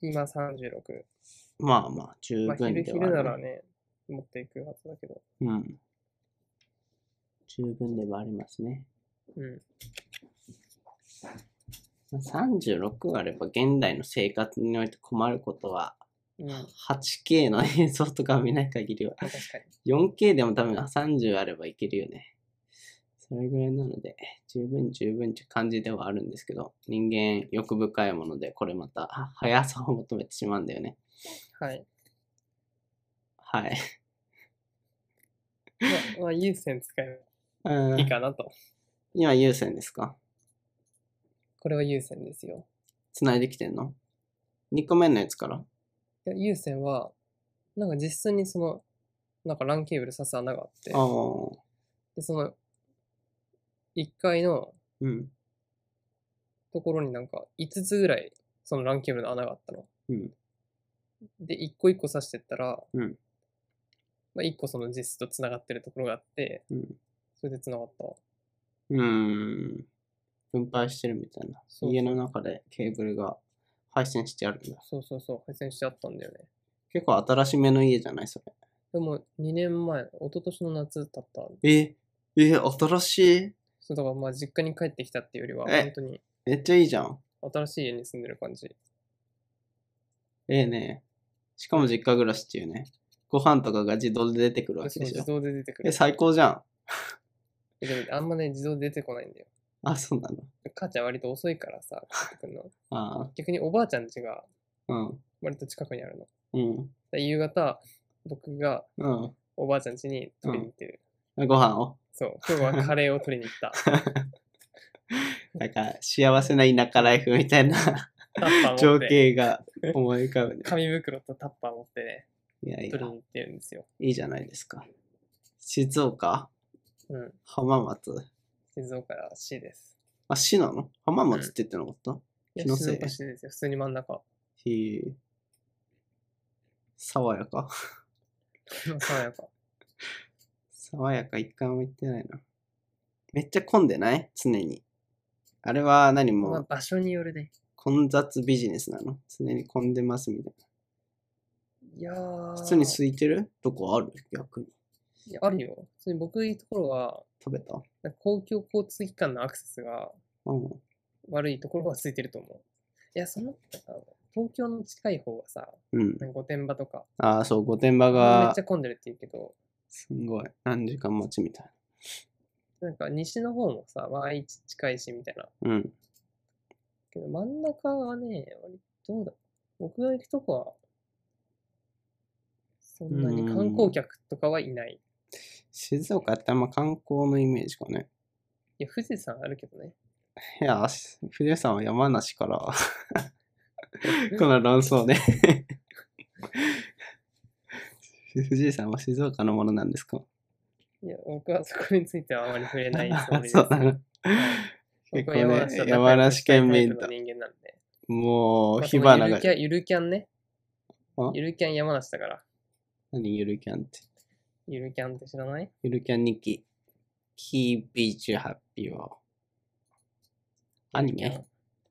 Speaker 2: 今36。
Speaker 1: まあまあ、十
Speaker 2: まあ、昼
Speaker 1: 分では
Speaker 2: 昼
Speaker 1: あ
Speaker 2: な
Speaker 1: る
Speaker 2: ら
Speaker 1: ね。
Speaker 2: ね、持っていくはずだけど。
Speaker 1: うん。十分ではありますね。
Speaker 2: うん。
Speaker 1: 36あれば現代の生活において困ることは、
Speaker 2: う ん。ま
Speaker 1: 8K の映像とか見ない限りは、
Speaker 2: あ確かに。
Speaker 1: 4K でも多分30あればいけるよね。それぐらいなので、十分十分って感じではあるんですけど、人間欲深いもので、これまたあ速さを求めてしまうんだよね。
Speaker 2: はい。
Speaker 1: はい。
Speaker 2: まあ、まあ、優先使え
Speaker 1: う
Speaker 2: ば
Speaker 1: ん
Speaker 2: いいかなと。
Speaker 1: 今優先ですか
Speaker 2: これは優先ですよ。
Speaker 1: 繋いできてんの ?2 個目のやつから。
Speaker 2: いや優先は、なんか実際にその、なんかランケーブル刺す穴があって
Speaker 1: あ、あ。
Speaker 2: で、その、1階の
Speaker 1: うん。
Speaker 2: ところになんか5つぐらいそのランケーブルの穴があったの。
Speaker 1: うん。
Speaker 2: で、一個一個刺してったら、
Speaker 1: うん
Speaker 2: まあ一個その実質と繋がってるところがあって、
Speaker 1: うん。
Speaker 2: それで繋がったわ。
Speaker 1: うーん。分配してるみたいな。
Speaker 2: そうそう
Speaker 1: 家の中でケーブルが配線してあるんだ。
Speaker 2: そうそうそう、配線してあったんだよね。
Speaker 1: 結構新しめの家じゃないそれ。
Speaker 2: でも2年前、一昨年の夏だった。
Speaker 1: ええ、新しい
Speaker 2: そうだからまあ実家に帰ってきたっていうよりは、
Speaker 1: え
Speaker 2: 本当に
Speaker 1: めっちゃいいじゃん。
Speaker 2: 新しい家に住んでる感じ。
Speaker 1: ええね。しかも実家暮らしっていうね。ご飯とかが自動で出てくるわけ
Speaker 2: そう
Speaker 1: でし
Speaker 2: 自
Speaker 1: ょ。
Speaker 2: 動で出てく
Speaker 1: え、
Speaker 2: る。
Speaker 1: 最高じゃん。
Speaker 2: えでもあんまね、自動で出てこないんだよ。
Speaker 1: あ、そうなの。母
Speaker 2: 母ちゃん割と遅いか らさ、帰ってくんの。
Speaker 1: あ
Speaker 2: 逆におばあちゃん家が
Speaker 1: あ、うん。
Speaker 2: 割と近くにあるの。だか
Speaker 1: うん。
Speaker 2: ら夕方、僕が
Speaker 1: うん。
Speaker 2: おばあちゃん家に取りに行ってる。
Speaker 1: ご飯を。
Speaker 2: そう、今日はカレーを取りに行った。
Speaker 1: なんか、幸せな田舎ライフみた いな
Speaker 2: タッパー持っ て。
Speaker 1: 情景が思い浮かぶね。
Speaker 2: 紙袋とタッパー持ってね、
Speaker 1: いやいや
Speaker 2: 取り、に行ってるんですよ。
Speaker 1: いいじゃないですか。静岡
Speaker 2: うん。
Speaker 1: 浜松
Speaker 2: 静岡らしいです。
Speaker 1: あ、市なの浜松って言ってなかった、
Speaker 2: いや
Speaker 1: 気のせい
Speaker 2: 静岡市ですよ。普通に真ん中。
Speaker 1: へえ。爽やか
Speaker 2: 爽やか。
Speaker 1: 爽やか一回も行ってないな。めっちゃ混んでない常に。あれは何
Speaker 2: まあ
Speaker 1: も
Speaker 2: 場所によるね。
Speaker 1: 混雑ビジネスなの常に混んでますみたい
Speaker 2: いやー。
Speaker 1: な。普通に空いてるとこある逆に。
Speaker 2: いやあるよ。普通に僕いいところは、
Speaker 1: 食べた
Speaker 2: なんか公共交通機関のアクセスが
Speaker 1: うん。
Speaker 2: 悪いところは空いてると思う。いや、その、あの東京の近い方はさ、
Speaker 1: うん。
Speaker 2: なんか御殿場とか、
Speaker 1: ああ、そう、御殿場
Speaker 2: めっ
Speaker 1: が
Speaker 2: ちゃ、混んでるって言うけど、
Speaker 1: すんごい。何時間待ちみたい
Speaker 2: なんか西の方もさ、まあ愛知近いしみたいな。
Speaker 1: な。うん。
Speaker 2: けど真ん中はね、割とどうだ僕が行くとこは、そんなに観光客とかはいない。
Speaker 1: 静岡ってあんま観光のイメージかね。
Speaker 2: いや、富士山あるけどね。
Speaker 1: いや、し藤江さんは山梨から、この論争ね。 藤井さんは静岡のものなんですか
Speaker 2: いや、僕はそこについてはあまり触 れないつもりです。
Speaker 1: そうなの。
Speaker 2: 僕
Speaker 1: 結構
Speaker 2: は
Speaker 1: ね、山
Speaker 2: と仲良く
Speaker 1: 梨
Speaker 2: したい
Speaker 1: 県民と
Speaker 2: タイプ、の人間なんで。
Speaker 1: もう、
Speaker 2: まあ
Speaker 1: 火花
Speaker 2: ゆ
Speaker 1: が
Speaker 2: るキ、ャンゆるキャンね
Speaker 1: あ。
Speaker 2: ゆるキャン山梨だから。
Speaker 1: 何、ゆるキャンって。
Speaker 2: ゆるキャンって知らない
Speaker 1: ゆるキャン日記。Keep it happy を。アニメ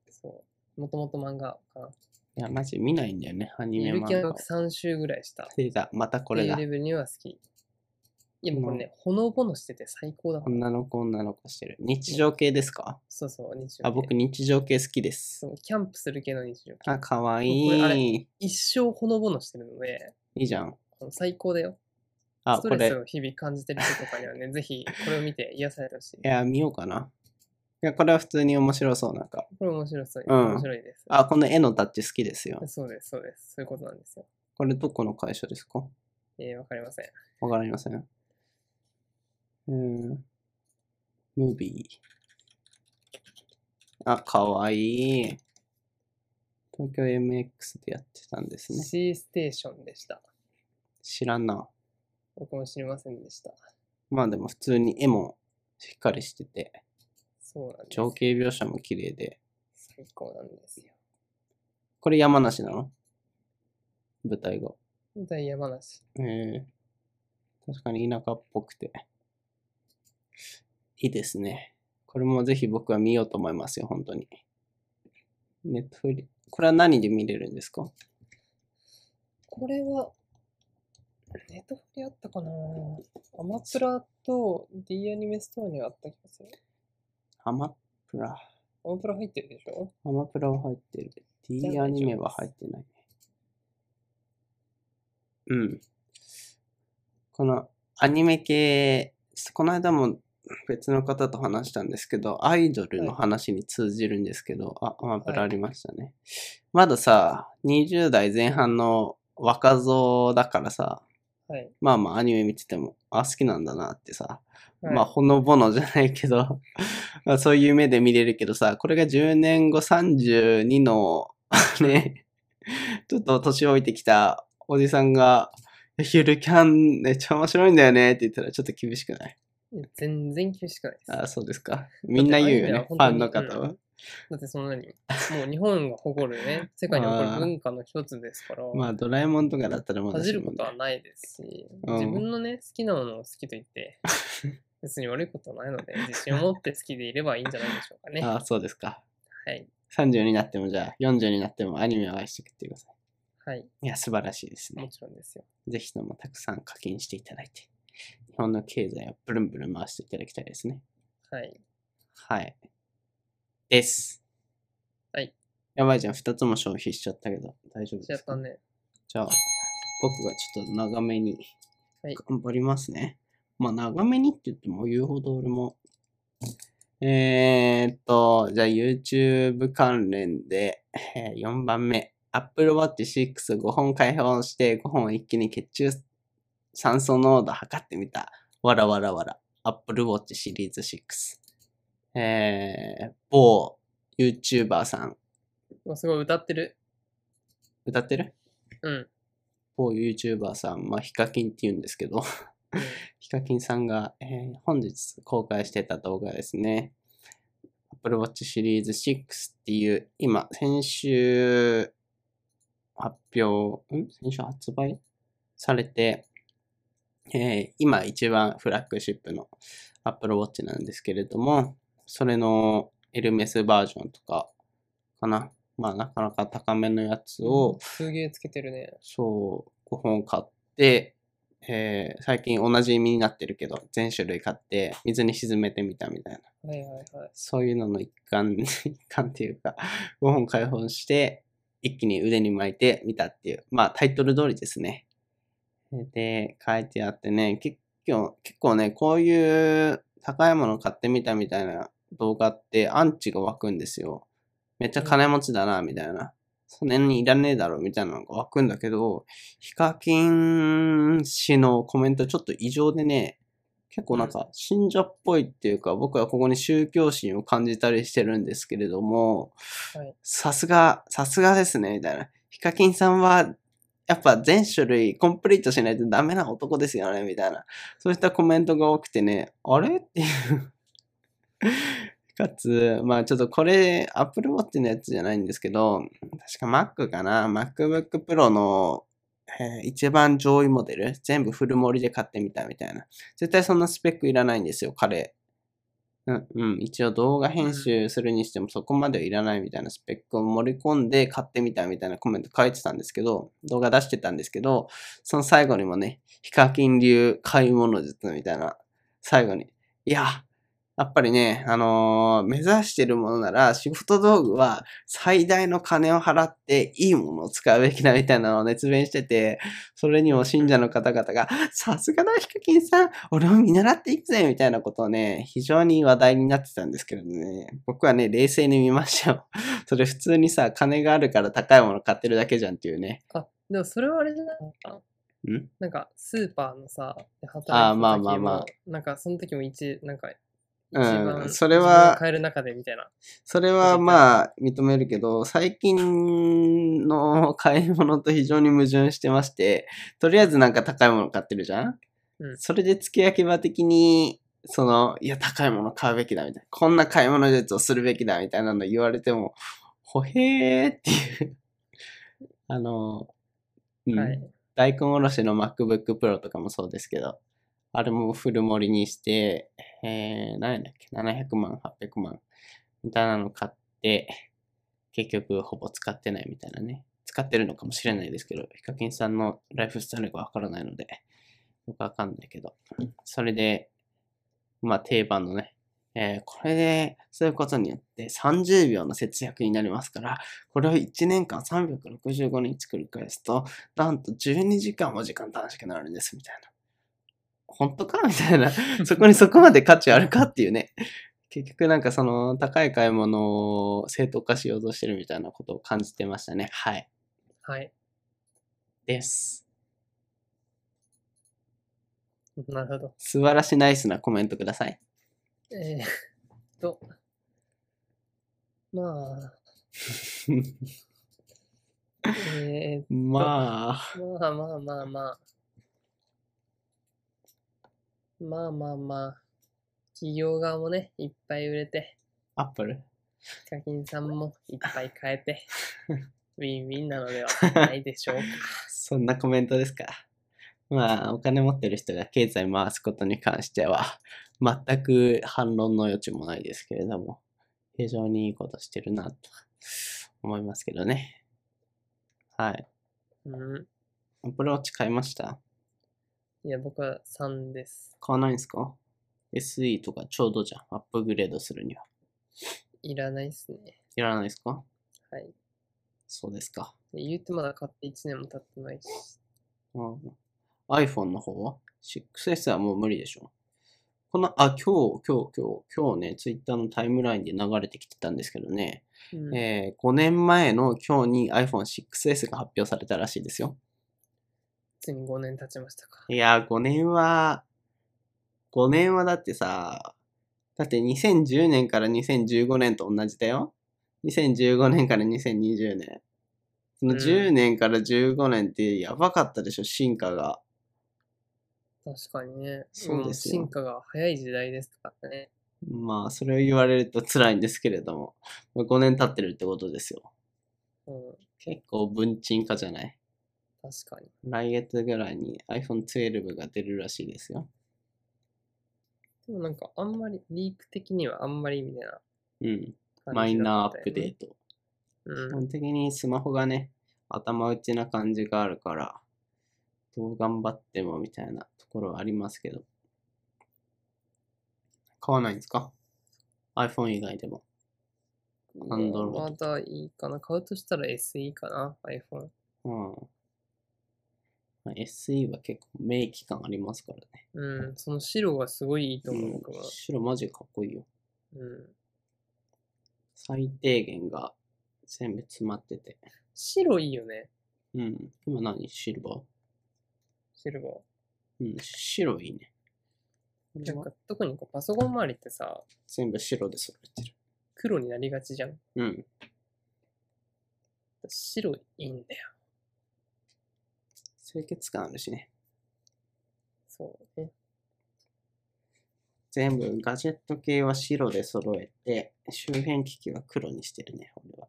Speaker 2: そう。もともと漫画かな。
Speaker 1: いや、マジ見ないんだよね、アニメ
Speaker 2: ゆるキ
Speaker 1: 漫
Speaker 2: ャン
Speaker 1: 画
Speaker 2: が
Speaker 1: を。
Speaker 2: 3週ぐらいした。
Speaker 1: 出た、またこれだ
Speaker 2: っていう。レベルには好き。いや、もうこれね、ほのぼのしてて最高だから。
Speaker 1: 女の子、女の子してる。日常系ですか
Speaker 2: そうそう、日常系。
Speaker 1: あ、僕、日常系好きです
Speaker 2: そ。う、キャンプする系の日常系。
Speaker 1: あ、かわい
Speaker 2: これあれ
Speaker 1: い。い
Speaker 2: 一生ほのぼのしてるので、
Speaker 1: いじゃん。
Speaker 2: この最高だよ。
Speaker 1: あ、
Speaker 2: ス
Speaker 1: こ
Speaker 2: ト
Speaker 1: れ
Speaker 2: レス。を日々感じてる人とかに はね、ぜひこれを見て癒されてほしい
Speaker 1: い。や、見ようかな。いや、これは普通に面白そう、なんか。
Speaker 2: これ面白そう。
Speaker 1: うん
Speaker 2: 面白いです。
Speaker 1: あ、この絵のタッチ好きですよ。
Speaker 2: そうです、そうです。そういうことなんですよ。
Speaker 1: これどこの会社ですか
Speaker 2: えー、わかりません。
Speaker 1: わかりません。うん。ムービー。あ、かわいい。東京 MX でやってたんですね。
Speaker 2: C ステーションでした。
Speaker 1: 知らんな。
Speaker 2: 僕も知りませんでした。
Speaker 1: まあでも普通に絵もしっかりしてて、
Speaker 2: そうなんです。
Speaker 1: 情景描写も綺麗で。
Speaker 2: 最高なんですよ。
Speaker 1: これ山梨なの舞台が。
Speaker 2: 本当に山梨。
Speaker 1: ええ確かに田舎っぽくて。いいですね。これもぜひ僕は見ようと思いますよ、本当に。ネットフリ、これは何で見れるんですか
Speaker 2: これは、ネットフリあったかなアマプラと D アニメストアにはあった気がする。
Speaker 1: アマプラ。
Speaker 2: アマプラ入ってるでしょ
Speaker 1: アマプラは入ってる。
Speaker 2: じゃあ
Speaker 1: D アニメは入ってないね。うん。このアニメ系、この間も別の方と話したんですけど、アイドルの話に通じるんですけど、あ、アマプラありましたね。まださ、20代前半の若造だからさ、
Speaker 2: はい。
Speaker 1: まあまあアニメ見てても、あ、好きなんだなってさ、
Speaker 2: はい、
Speaker 1: まあ、ほのぼのじゃないけど、 まあそういう目で見れるけどさ、これが10年後32の、 ね、ちょっと年老いてきたおじさんが、ゆるキャンめっちゃ面白いんだよねって言ったらちょっと厳しくない
Speaker 2: いや全然厳しくないです。
Speaker 1: あそうですか。みんな言うよ
Speaker 2: アニメは
Speaker 1: ね、フ
Speaker 2: 本当
Speaker 1: ァ
Speaker 2: に
Speaker 1: ンの方は。
Speaker 2: だってそん なに、もう日本が誇るね、世界に誇る文化の一つですから、
Speaker 1: まあ、ドラえもんとかだったらまだ
Speaker 2: 恥じ
Speaker 1: し
Speaker 2: る
Speaker 1: も
Speaker 2: こと
Speaker 1: ね
Speaker 2: はないですし、
Speaker 1: うん
Speaker 2: 自分のね、好きなものを好きと 言って、別に悪いことはないので、自信を持って好きでいればいいんじゃないでしょうかね。は
Speaker 1: あそうですか。
Speaker 2: い。
Speaker 1: 30になってもじゃあ、40になってもアニメを愛してくってください。
Speaker 2: はい。
Speaker 1: いや、素晴らしいですね
Speaker 2: も。ちろんですよ。
Speaker 1: ぜひともたくさん課金していただいて、日本の経済をブルンブルン回していただきたいですね。
Speaker 2: はい。
Speaker 1: はい。です。
Speaker 2: はい。
Speaker 1: やばいじゃん、2つも消費しちゃったけど、大丈夫
Speaker 2: じゃ
Speaker 1: ですか
Speaker 2: あ、ね。
Speaker 1: じゃあ、僕がちょっと長めに
Speaker 2: はい
Speaker 1: 頑張りますね。まあ、長めにって言っても言うほど俺も。えー、っと、じゃあ YouTube 関連で、え4番目。Apple Watch 6 5本開放して5本一気に血中酸素濃度測ってみた。わらわらわら。Apple Watch シリーズ6。えー、某 YouTuber さん。
Speaker 2: うわすごい歌ってる。
Speaker 1: 歌ってる
Speaker 2: うん。
Speaker 1: 某 YouTuber さん、まあ、ヒカキンって言うんですけど、
Speaker 2: うん
Speaker 1: ヒカキンさんが、えー本日公開してた動画ですね。Apple Watch シリーズ6っていう、今、先週発表、ん先週発売されて、えー今一番フラッグシップの Apple Watch なんですけれども、それのエルメスバージョンとかかな。まあなかなか高めのやつを、
Speaker 2: すげえつけてるね。
Speaker 1: そう、5本買って、えー最近同じ意味になってるけど、全種類買って、水に沈めてみたみたいな。
Speaker 2: はいはいはい。
Speaker 1: そういうのの一環、 一環っていうか、5本開放して、一気に腕に巻いてみたっていう、まあタイトル通りですね。で、書いてあってね、結構、結構ね、こういう高いもの買ってみたみたいな動画ってアンチが湧くんですよ。めっちゃ金持ちだな、みたいな。それにいらねえだろ、みたいなのが湧くんだけど、ヒカキン氏のコメントちょっと異常でね、結構なんか信者っぽいっていうか、僕はここに宗教心を感じたりしてるんですけれども
Speaker 2: はい、
Speaker 1: さすが、さすがですね、みたいな。ヒカキンさんは、やっぱ全種類コンプリートしないとダメな男ですよね、みたいな。そういったコメントが多くてね、あれっていう。かつ、まあちょっとこれ、Apple Watch のやつじゃないんですけど、確か Mac かな ?MacBook Pro の、えー一番上位モデル全部フル盛りで買ってみたみたいな。絶対そんなスペックいらないんですよ、彼。うん、うん。一応動画編集するにしてもそこまではいらないみたいなスペックを盛り込んで買ってみたみたいなコメント書いてたんですけど、動画出してたんですけど、その最後にもね、ヒカキン流買い物術みたいな、最後に。いや、やっぱりね、あのー目指してるものなら仕事道具は最大の金を払っていいものを使うべきだみたいなのを熱弁してて、それにも信者の方々が、さすがだ、ヒカキンさん、俺も見習っていくぜみたいなことをね、非常に話題になってたんですけどね、僕はね、冷静に見ましたよ。 それ普通にさ、金があるから高いもの買ってるだけじゃんっていうね。
Speaker 2: あ、でもそれはあれじゃないのかなんなんか、スーパーのさ、で働いて
Speaker 1: あー
Speaker 2: た
Speaker 1: まあまあ
Speaker 2: 時
Speaker 1: まあ
Speaker 2: もなんか、その時も一、なんか、一
Speaker 1: うん
Speaker 2: 番、
Speaker 1: それは
Speaker 2: 自分が買える中でみたいな。
Speaker 1: それはまあ認めるけど、最近の 買い物と非常に矛盾してまして、とりあえずなんか高いもの買ってるじゃん、
Speaker 2: うん
Speaker 1: それで付け焼き場的に、その、いや、高いもの買うべきだみたいな。こんな買い物術をするべきだみたいなの言われても、ほへーっていう。 あの、うん
Speaker 2: はい。
Speaker 1: 大根おろしの MacBook Pro とかもそうですけど、あれもフル盛りにして、えー、何やだっけ、700万、800万、みたいなの買って、結局ほぼ使ってないみたいなね。使ってるのかもしれないですけど、ヒカキンさんのライフスタイルがわからないので、僕わかんないけど。それで、まあ定番のね、えーこれで、そういうことによって30秒の節約になりますから、これを1年間365日繰り返すと、なんと12時間も時間短縮になるんです、みたいな。本当かみたいな。 そこにそこまで価値あるかっていうね。結局なんかその高い買い物を正当化しようとしてるみたいなことを感じてましたね。はい。
Speaker 2: はい。
Speaker 1: です。
Speaker 2: なるほど。
Speaker 1: 素晴らしナイスなコメントください。
Speaker 2: えー、っ と、まあ、えー、
Speaker 1: まあ、
Speaker 2: まあまあまあまあ。まあまあまあ。企業側もね、いっぱい売れて、
Speaker 1: アップル。
Speaker 2: ヒカキンさんもいっぱい買えて、ウィンウィンなのではない でしょうか。
Speaker 1: そんなコメントですか。まあ、お金持ってる人が経済回すことに関しては、全く反論の余地もないですけれども、非常にいいことしてるなと思いますけどね。はい。
Speaker 2: うん。
Speaker 1: アプローチ買いました
Speaker 2: いや、僕は3です。
Speaker 1: 買わないんですか ?SE とかちょうどじゃん。アップグレードするには。
Speaker 2: いらないっすね。
Speaker 1: いらないですか
Speaker 2: はい。
Speaker 1: そうですか。
Speaker 2: で言うてまだ買って1年も経ってないし。
Speaker 1: うん、iPhone の方は ?6S はもう無理でしょこの、あ、今日、今日、今日、今日ね、Twitter のタイムラインで流れてきてたんですけどね、
Speaker 2: うん、
Speaker 1: えー5年前の今日に iPhone6S が発表されたらしいですよ。
Speaker 2: ついに5年経ちましたか。
Speaker 1: いやー、5年は、5年はだってさ、だって2010年から2015年と同じだよ。2015年から2020年。その
Speaker 2: うん
Speaker 1: 10年から15年ってやばかったでしょ、進化が。
Speaker 2: 確かにね。
Speaker 1: そうですよ
Speaker 2: も進化が早い時代ですからね。
Speaker 1: まあ、それを言われると辛いんですけれども、まあ5年経ってるってことですよ。
Speaker 2: うん。
Speaker 1: 結構文鎮化じゃない
Speaker 2: 確かに。
Speaker 1: 来月ぐらいに iPhone12 が出るらしいですよ。
Speaker 2: でもなんかあんまり、リーク的にはあんまりみたいな
Speaker 1: うん。マ
Speaker 2: 感
Speaker 1: イ
Speaker 2: じだ
Speaker 1: ナーアッ
Speaker 2: ったよね
Speaker 1: プデート。基
Speaker 2: うん。
Speaker 1: 本的にスマホがね、頭打ちな感じがあるから、どう頑張ってもみたいなところはありますけど。買わないんですか ?iPhone 以外でも。Android
Speaker 2: まだいいかな。買うとしたら SE かな、iPhone。
Speaker 1: うん。まあ SE は結構名機感ありますからね。
Speaker 2: うん、その白がすごいいいと思う、僕は。
Speaker 1: 白マジかっこいいよ。
Speaker 2: うん。
Speaker 1: 最低限が全部詰まってて。
Speaker 2: 白いいよね、
Speaker 1: うん。今何シルバー
Speaker 2: 白は。
Speaker 1: うん。白いね。れ
Speaker 2: なん
Speaker 1: は
Speaker 2: か特にこうパソコン周りってさ、
Speaker 1: 全部白で揃えて
Speaker 2: 黒になりがちじゃん。
Speaker 1: る。うん。
Speaker 2: 白いいんだよ。
Speaker 1: 清潔感あるしね。
Speaker 2: そうね。
Speaker 1: 全部ガジェット系は白で揃えて、周辺機器は黒にしてるね、俺は。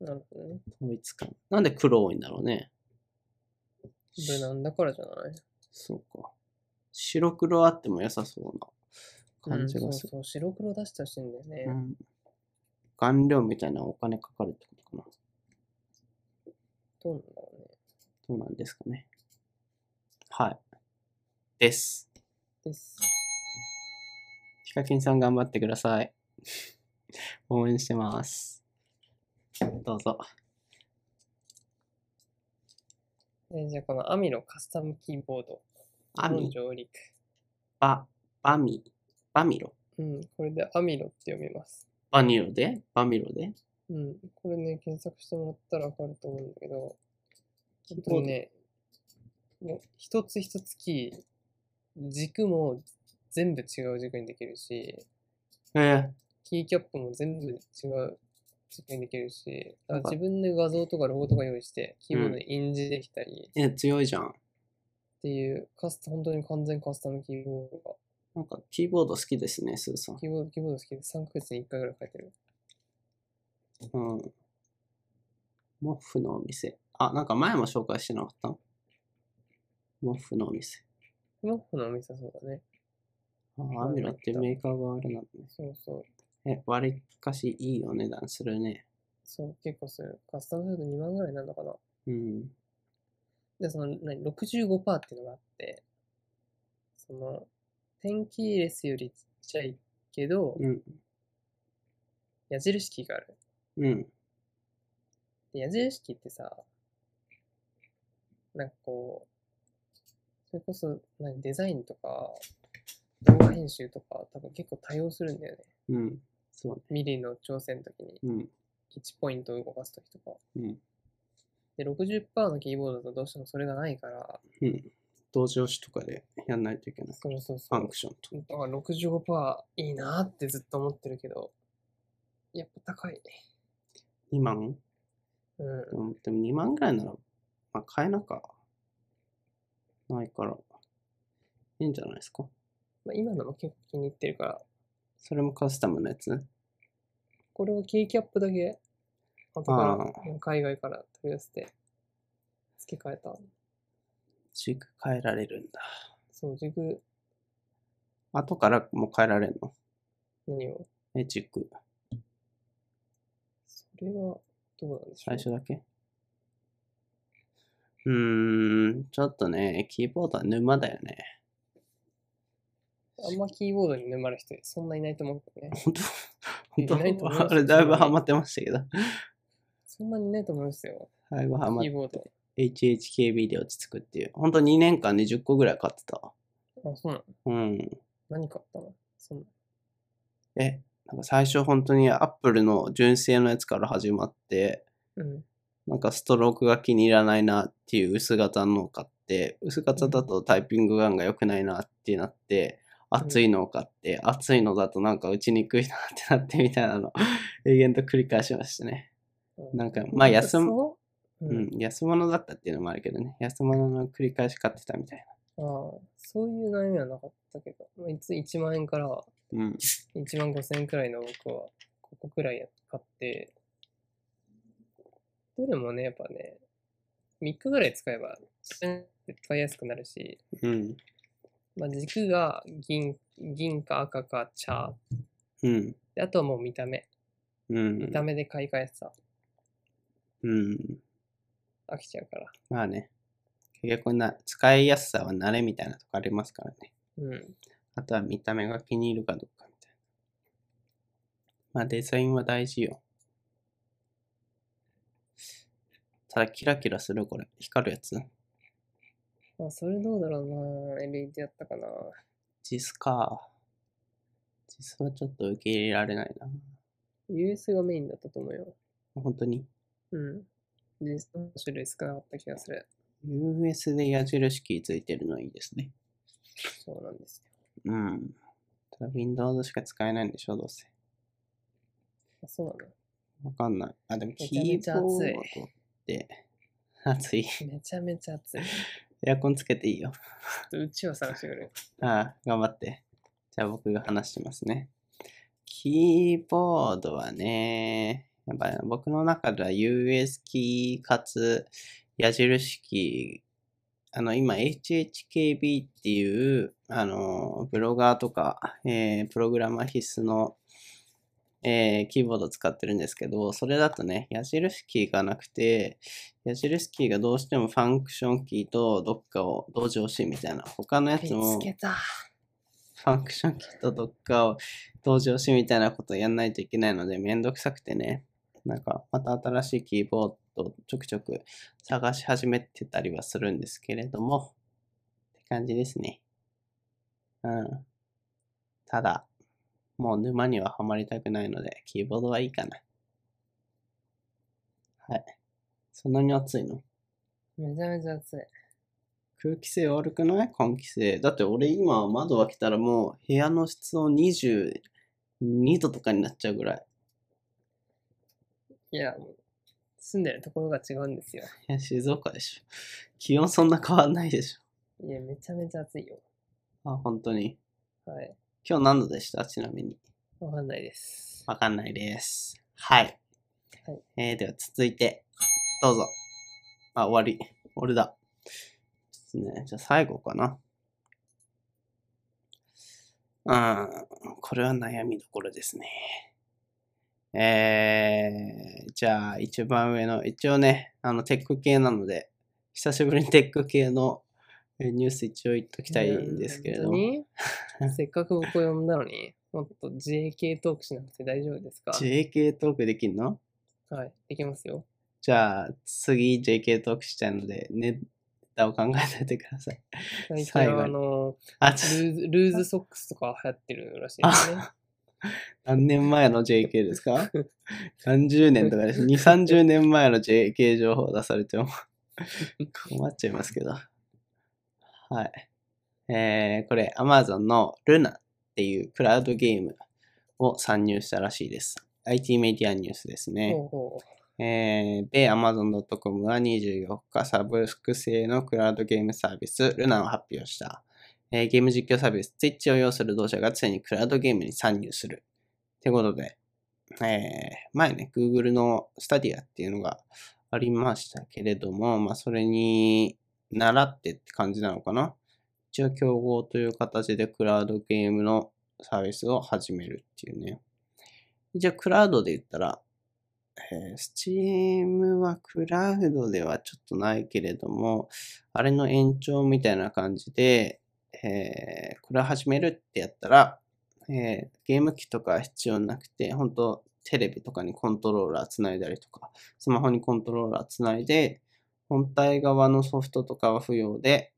Speaker 2: なるほどね。
Speaker 1: 統一感。なんで黒多いんだろうね。
Speaker 2: 無難だからじゃない
Speaker 1: そうか。白黒あっても良さそうな感じがする。
Speaker 2: うん、そうそう、白黒出してほしいんだよね。
Speaker 1: うん顔料みたいなのお金かかるってことかな。
Speaker 2: どうなんだろうね。
Speaker 1: どうなんですかね。はい。です。
Speaker 2: です。
Speaker 1: ヒカキンさん頑張ってください。 応援してます。どうぞ。
Speaker 2: えじゃあこのアミロカスタムキーボード。
Speaker 1: ア
Speaker 2: の
Speaker 1: ミ、
Speaker 2: 上陸。
Speaker 1: バ、バミ、バミロ。
Speaker 2: うん、これでアミロって読みます。
Speaker 1: バニロでバミロで
Speaker 2: うん、これね、検索してもらったらわかると思うんだけど、
Speaker 1: キ
Speaker 2: 本
Speaker 1: ー
Speaker 2: 当
Speaker 1: ボード
Speaker 2: にね、もう一つ一つキー、軸も全部違う軸にできるし、
Speaker 1: ええ
Speaker 2: キーキャップも全部違う軸にできるし、だ
Speaker 1: なん
Speaker 2: か
Speaker 1: から
Speaker 2: 自分で画像とかロゴとか用意して、キーボードで印字できたりっ
Speaker 1: え、強いじゃん。
Speaker 2: ていう、カスタ本当に完全カスタムキーボードが、
Speaker 1: なんかキーボード好きですね、スーさん。
Speaker 2: キーボード、キーボード好きで3ヶ月に1回ぐらい書いてる。
Speaker 1: うん。モッフのお店。あ、なんか前も紹介してなかったモッフのお店。
Speaker 2: スマホのお店はそうだね。
Speaker 1: あ
Speaker 2: ん
Speaker 1: アミロってメーカーがあるなんだね。
Speaker 2: そうそう。
Speaker 1: え、割かしいいお値段するね。
Speaker 2: そう、結構する。カスタムすると2万ぐらいになるのかな。
Speaker 1: うん。
Speaker 2: で、その、何、65%っていうのがあって、その、ペンキーレスよりちっちゃいけど、
Speaker 1: うん。
Speaker 2: 矢印キーがある。
Speaker 1: うん。
Speaker 2: で、矢印キーってさ、なんかこう、それこそ、何、デザインとか、動画編集とか、多分結構多用するんだよね。
Speaker 1: うん。そう
Speaker 2: ミリの調整の時に、
Speaker 1: ね。うん。
Speaker 2: 1ポイントを動かす時とか。
Speaker 1: うん。
Speaker 2: で、60%のキーボードだとどうしてもそれがないから、
Speaker 1: うん。同時押しとかでやんないといけない。
Speaker 2: そうそう
Speaker 1: フ
Speaker 2: そ
Speaker 1: ァ
Speaker 2: う
Speaker 1: ン。クションと。
Speaker 2: だから65%いいなってずっと思ってるけど、やっぱ高い。
Speaker 1: 2万
Speaker 2: うん
Speaker 1: で。もでも2万ぐらいなら、まあ、買えなか。ないから。いいんじゃないですか。
Speaker 2: まあ、今のも結構気に入ってるから、
Speaker 1: それもカスタムのやつね。
Speaker 2: これはケーキアップだけ、後から
Speaker 1: あー
Speaker 2: うん海外から取り寄せて、付け替えた。
Speaker 1: 軸変えられるんだ。
Speaker 2: そう、軸、
Speaker 1: 後からもう変えられるの
Speaker 2: 何を
Speaker 1: え、軸。
Speaker 2: それは、どうなんでしょ
Speaker 1: 最
Speaker 2: う
Speaker 1: 初だけうーん、ちょっとね、キーボードは沼だよね。
Speaker 2: あんまキーボードに沼る人そんないないと思うけどね。
Speaker 1: 本
Speaker 2: い
Speaker 1: 当
Speaker 2: やいないと
Speaker 1: 本
Speaker 2: 思いま
Speaker 1: 当
Speaker 2: す
Speaker 1: あれ、だいぶハマってましたけど。
Speaker 2: そんなにいないと思いますよ。
Speaker 1: だいぶハマっ
Speaker 2: キーボード。
Speaker 1: HHKB で落ち着くっていう。本当2年間で10個ぐらい買ってたわ。
Speaker 2: あ、そうなの
Speaker 1: うん。
Speaker 2: 何買ったのそんな。
Speaker 1: え、なんか最初本当に Apple の純正のやつから始まって、
Speaker 2: うん。
Speaker 1: なんかストロークが気に入らないなっていう薄型のを買って、薄型だとタイピングガンが良くないなってなって、熱いのを買って、熱いのだとなんか打ちにくいなってなってみたいなの、 永遠と繰り返しましたね。なんか、まあ休む、
Speaker 2: む。う
Speaker 1: うんん、。安物だったっていうのもあるけどね、安物の繰り返し買ってたみたい
Speaker 2: ああ、そういう悩みはなかったけど、まあいつ1万円から
Speaker 1: な。うん。
Speaker 2: 1万5千円くらいの僕は、ここくらいや買って、どれもね、やっぱね、3日ぐらい使えば、使いやすくなるし、
Speaker 1: うん。
Speaker 2: まあ、軸が銀銀か赤か茶、
Speaker 1: うん。
Speaker 2: であとはもう見た目。
Speaker 1: うん。
Speaker 2: 見た目で買い替えてさ、
Speaker 1: うん。
Speaker 2: 飽きちゃうから。
Speaker 1: まあね。結局な、使いやすさは慣れみたいなとこありますからね。
Speaker 2: うん。
Speaker 1: あとは見た目が気に入るかどうかみたいな。まあデザインは大事よ。ただキラキラするこれ。光るやつ
Speaker 2: まあ、それどうだろうな LED だったかな
Speaker 1: ジスか。ジスはちょっと受け入れられないな。
Speaker 2: US がメインだったと思うよ。
Speaker 1: 本当に。
Speaker 2: うん。で、種類少なかった気がする。
Speaker 1: US で矢印キーついてるのいいですね。
Speaker 2: そうなんですよ。
Speaker 1: うん。ただ Windows しか使えないんでしょ、どうせ。
Speaker 2: あそうな
Speaker 1: わかんない。あ、でも
Speaker 2: め
Speaker 1: キ
Speaker 2: ちゃめち
Speaker 1: ー
Speaker 2: ゃ
Speaker 1: ボ
Speaker 2: 暑い
Speaker 1: ードって、暑い。
Speaker 2: のめちゃめちゃ暑い。ちょ
Speaker 1: エアコンつけていいよ。
Speaker 2: っとうちを探してくれ。
Speaker 1: ああ、頑張って。じゃあ僕が話してますね。キーボードはね、やっぱ僕の中では US キーかつ矢印キー、あの今 HHKB っていう、あの、ブロガーとか、えープログラマー必須の、えーキーボードを使ってるんですけど、それだとね、矢印キーがなくて、矢印キーがどうしてもファンクションキーとどっかを同時押しみたいな、他のや
Speaker 2: 見
Speaker 1: つも
Speaker 2: つ、けた。
Speaker 1: ファンクションキットどっかを登場しみたいなことをやんないといけないのでめんどくさくてね。なんかまた新しいキーボードをちょくちょく探し始めてたりはするんですけれども、って感じですね。うん。ただ、もう沼にはハマりたくないので、キーボードはいいかな。はい。そんなに熱いの
Speaker 2: めちゃめちゃ暑い。
Speaker 1: 空気性悪くない換気性。だって俺今窓開けたらもう部屋の室温22度とかになっちゃうぐらい。
Speaker 2: いや、住んでるところが違うんですよ。
Speaker 1: いや、静岡でしょ。気温そんな変わんないでし
Speaker 2: いや、めちゃめちゃ暑いよ。
Speaker 1: ょ。あ、本当に。
Speaker 2: はい。
Speaker 1: 今日何度でしたちなみに。
Speaker 2: わかんないです。
Speaker 1: わかんないです。はい。
Speaker 2: はい
Speaker 1: えー、では続いて、どうぞ。あ、終わり。俺だ。ですね。じゃあ最後かな。うん。これは悩みどころですね。えー、じゃあ一番上の、一応ね、あの、テック系なので、久しぶりにテック系のえーニュース一応言っときたいんですけれども。
Speaker 2: いや。本当にせっかく僕を呼んだのに、もっと JK トークしなくて大丈夫ですか
Speaker 1: JK トークできんの
Speaker 2: はい。できますよ。
Speaker 1: じゃあ、次 JK トークしたいので、ネタを考えておいてください。
Speaker 2: 最近
Speaker 1: 最後に
Speaker 2: はあの、
Speaker 1: あ、
Speaker 2: ル
Speaker 1: ちょ
Speaker 2: ーズルーズソックスとか流行ってるらしいですね。
Speaker 1: 何年前の JK ですか何十年とかです。2、30年前の JK 情報出されても困っちゃいますけど。はい。えー、これ Amazon の Luna っていうクラウドゲームを参入したらしいです。IT メディアニュースですね。
Speaker 2: ほうほ
Speaker 1: えー、米 Amazon.com は24日サブスク製のクラウドゲームサービス、ルナを発表した。えーゲーム実況サービス、Twitch を要する同社がついにクラウドゲームに参入する。ってことで、えー前ね、Google の Stadia っていうのがありましたけれども、まあ、それに習ってって感じなのかな。一応、競合という形でクラウドゲームのサービスを始めるっていうね。じゃあ、クラウドで言ったら、えー、Steam はクラウドではちょっとないけれども、あれの延長みたいな感じで、えーこれを始めるってやったら、えーゲーム機とか必要なくて、本当テレビとかにコントローラーつないだりとか、スマホにコントローラーつないで、本体側のソフトとかは不要で、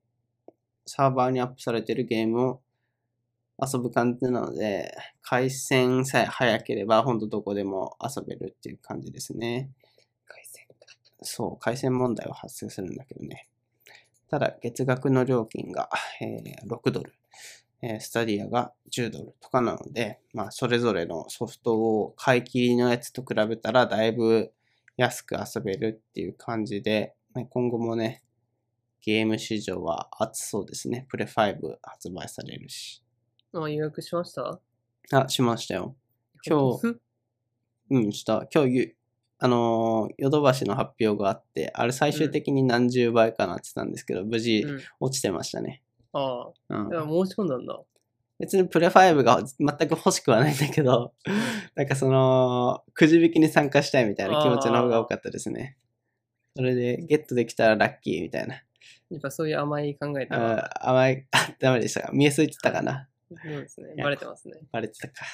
Speaker 1: サーバーにアップされてるゲームを遊ぶ感じなので、回線さえ早ければ、ほんとどこでも遊べるっていう感じですね。
Speaker 2: う。回線か。
Speaker 1: そう、回線問題は発生するんだけどね。ただ、月額の料金が、えー6ドル、えースタディアが10ドルとかなので、まあ、それぞれのソフトを買い切りのやつと比べたら、だいぶ安く遊べるっていう感じで、ね今後もね、ゲーム市場は熱そうですね。プレ5発売されるし。
Speaker 2: あ、予約しました
Speaker 1: あ、しましたよ。今日。うん、した。今日ゆ、あのーヨドバシの発表があって、あれ最終的に何十倍かなってたんですけど、無事
Speaker 2: うん、
Speaker 1: 落ちてましたね。
Speaker 2: あ
Speaker 1: う
Speaker 2: あ、
Speaker 1: ん
Speaker 2: い。や申し込んだんだ。
Speaker 1: 別にプレファイブが全く欲しくはないんだけど、なんかその、くじ引きに参加したいみたいな気持ちの方が多かったですね。それで、ゲットできたらラッキーみたいな。
Speaker 2: やっぱそういう甘い考えと
Speaker 1: あ
Speaker 2: か、
Speaker 1: ー甘い、あ、ダメでしたか。見えすいてたかな。
Speaker 2: そうですね
Speaker 1: い。や
Speaker 2: バレてますね。
Speaker 1: バレてたか。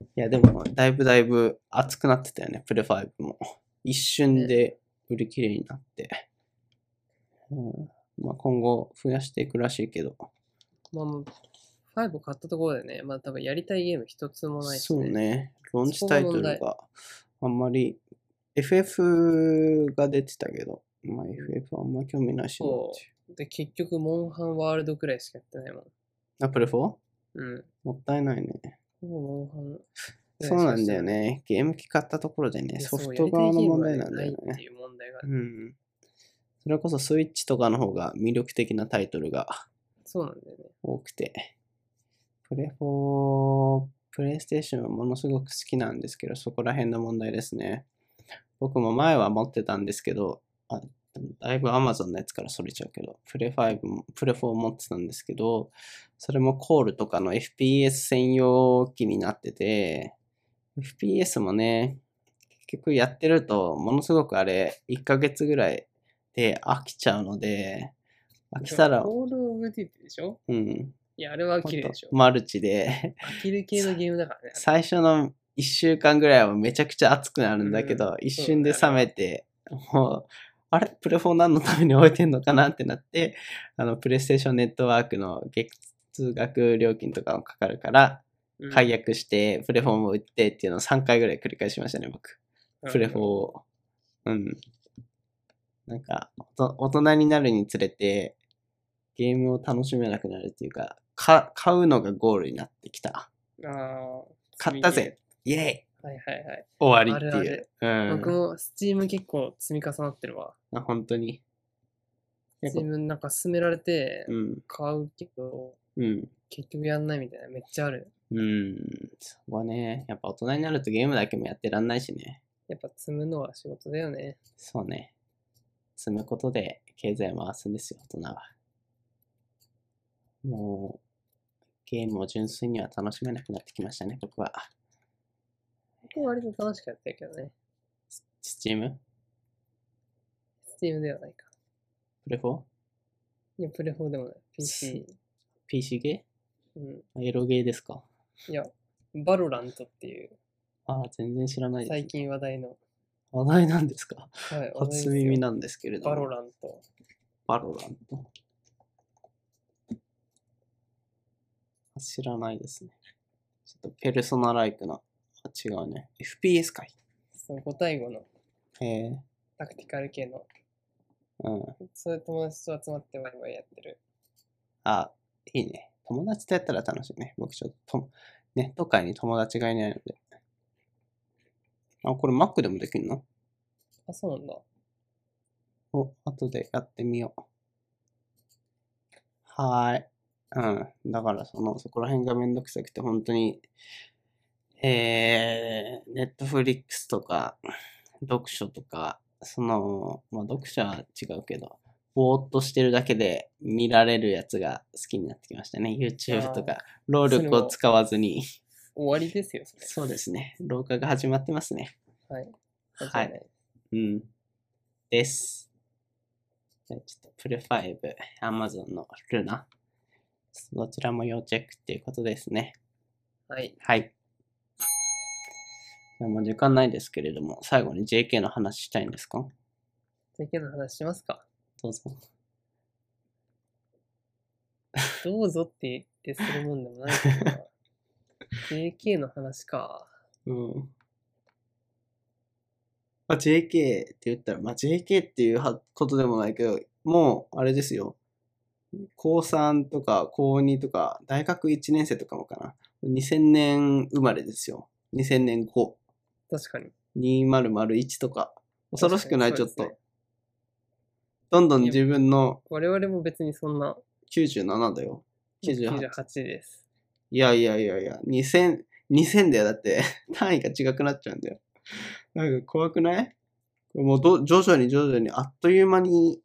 Speaker 1: いや、でも、だいぶだいぶ熱くなってたよね、プレファイブも。一瞬で売り切れになって。うん。まあ、今後増やしていくらしいけど。
Speaker 2: まあもう、5買ったところでね、まあ多分やりたいゲーム一つもないし、
Speaker 1: そう。ね。ローンチタイトル
Speaker 2: そこ
Speaker 1: があんまり、FF が出てたけど、まあ FF はあんま興味ないしなってい
Speaker 2: で、結局、モンハンワールドくらいしかやってないもん。
Speaker 1: う。あ、プレ 4?
Speaker 2: ううん。
Speaker 1: もったいないね。
Speaker 2: ほぼモンハン。
Speaker 1: そうなんだよ。ね。ゲーム機買ったところで
Speaker 2: い
Speaker 1: ね、
Speaker 2: や
Speaker 1: ソフ
Speaker 2: そ
Speaker 1: ト
Speaker 2: うや
Speaker 1: 側
Speaker 2: りた
Speaker 1: の
Speaker 2: いゲーム
Speaker 1: 問
Speaker 2: が
Speaker 1: 題
Speaker 2: ね
Speaker 1: なんだよ
Speaker 2: ないって
Speaker 1: ね。
Speaker 2: いう問題が。
Speaker 1: うん。それこそスイッチとかの方が魅力的なタイトルが
Speaker 2: そうなんだよね。
Speaker 1: 多くて。プレフォー、プレイステーションはものすごく好きなんですけど、そこら辺の問題ですね。僕も前は持ってたんですけど、あだいぶ Amazon のやつからそれちゃうけど、プレ5も、プレ4持ってたんですけど、それもコールとかの FPS 専用機になってて、FPS もね、結局やってると、ものすごくあれ、1ヶ月ぐらいで飽きちゃうので、飽きたら、
Speaker 2: コールオブデューティでしょ
Speaker 1: うん、
Speaker 2: いや、あれは飽きるでしょ。
Speaker 1: マルチで、
Speaker 2: 飽きる系のゲームだからね。
Speaker 1: 最初の1週間ぐらいはめちゃくちゃ熱くなるんだけど、
Speaker 2: うん
Speaker 1: 一瞬で冷めて、もう、あれプレフォー何のために置いてんのかなってなって、あの、プレイステーションネットワークの月額料金とかもかかるから、
Speaker 2: うん
Speaker 1: 解約して、プレフォーも売ってっていうのを3回ぐらい繰り返しましたね、僕。プレフォー
Speaker 2: うん
Speaker 1: を。うん。なんか、おと大人になるにつれて、ゲームを楽しめなくなるっていうか、か買うのがゴールになってきた。
Speaker 2: あー
Speaker 1: 買ったぜイェイ
Speaker 2: はいはいはい。
Speaker 1: 終わりってい
Speaker 2: あ
Speaker 1: う
Speaker 2: る。
Speaker 1: うん。
Speaker 2: 僕も Steam 結構積み重なってるわ。
Speaker 1: あ本当に。結構
Speaker 2: Steam なんか勧められて
Speaker 1: うん。
Speaker 2: 買うけど、
Speaker 1: うん。
Speaker 2: 結局やんないみたいな、めっちゃある。
Speaker 1: うん。そこはね、やっぱ大人になるとゲームだけもやってらんないしね。
Speaker 2: やっぱ積むのは仕事だよね。
Speaker 1: そうね。積むことで経済を回すんですよ、大人は。もう、ゲームを純粋には楽しめなくなってきましたね、僕は。
Speaker 2: 僕は割と楽しくやってるけどね。
Speaker 1: スチーム
Speaker 2: Steam ではないか。
Speaker 1: プレフォー
Speaker 2: いや、プレフォーでもない。PC。
Speaker 1: ?PC ゲ
Speaker 2: うん。
Speaker 1: ーエロゲーですか
Speaker 2: いや、バロラントっていう、
Speaker 1: ああ、全然知らないです
Speaker 2: 最。近話題の。
Speaker 1: 話題なんですか
Speaker 2: はい、話題です
Speaker 1: 初
Speaker 2: よ
Speaker 1: 耳なんですけれども。
Speaker 2: バロラント。
Speaker 1: バロラント。知らないですね。ちょっとペルソナライクな。あ、違うね。FPS かい。
Speaker 2: その5対5の
Speaker 1: へえ。
Speaker 2: タクティカル系の。
Speaker 1: うん。
Speaker 2: そういう友達と集まってワイワイやってる。
Speaker 1: あ、いいね。友達とやったら楽しいね。僕ちょっとと、ネット界に友達がいないので。あ、これ Mac でもできるの
Speaker 2: あ、そうなんだ。
Speaker 1: お、後でやってみよう。はーい。うん。だから、その、そこら辺がめんどくさくて、本当に、えー、ネットフリックスとか、読書とか、その、まあ、読書は違うけど、ぼーっとしてるだけで見られるやつが好きになってきましたね。YouTube とか、労力を使わずに。
Speaker 2: 終わりですよ、それ。
Speaker 1: そうですね。老化が始まってますね。
Speaker 2: はい。
Speaker 1: は
Speaker 2: 間違
Speaker 1: い
Speaker 2: い。ない。
Speaker 1: うん。です。じゃあちょっとプレファイブ、Amazon のルナ。どちらも要チェックっていうことですね。
Speaker 2: はい。
Speaker 1: はい。じゃあもう時間ないですけれども、最後に JK の話したいんですか
Speaker 2: JK の話しますか。
Speaker 1: どうぞ。
Speaker 2: どうぞって言ってするもんでもないけどな。JK の話か。
Speaker 1: うん。まあ、JK って言ったら、まあ、JK っていうはことでもないけど、もう、あれですよ。高3とか高2とか、大学1年生とかもかな。2000年生まれですよ。2000年後。
Speaker 2: 確かに。
Speaker 1: 2001とか。恐ろしくない、ちょ
Speaker 2: 確
Speaker 1: っ
Speaker 2: かにそう
Speaker 1: と
Speaker 2: ですね。
Speaker 1: どんどん自分の
Speaker 2: 我々も別にそんな
Speaker 1: 97だよ。98。
Speaker 2: 98です。
Speaker 1: いやいやいやいや、2000、2000だよ。だって、 単位が違くなっちゃうんだよ。なんか怖くないもうど、徐々に徐々にあっという間に、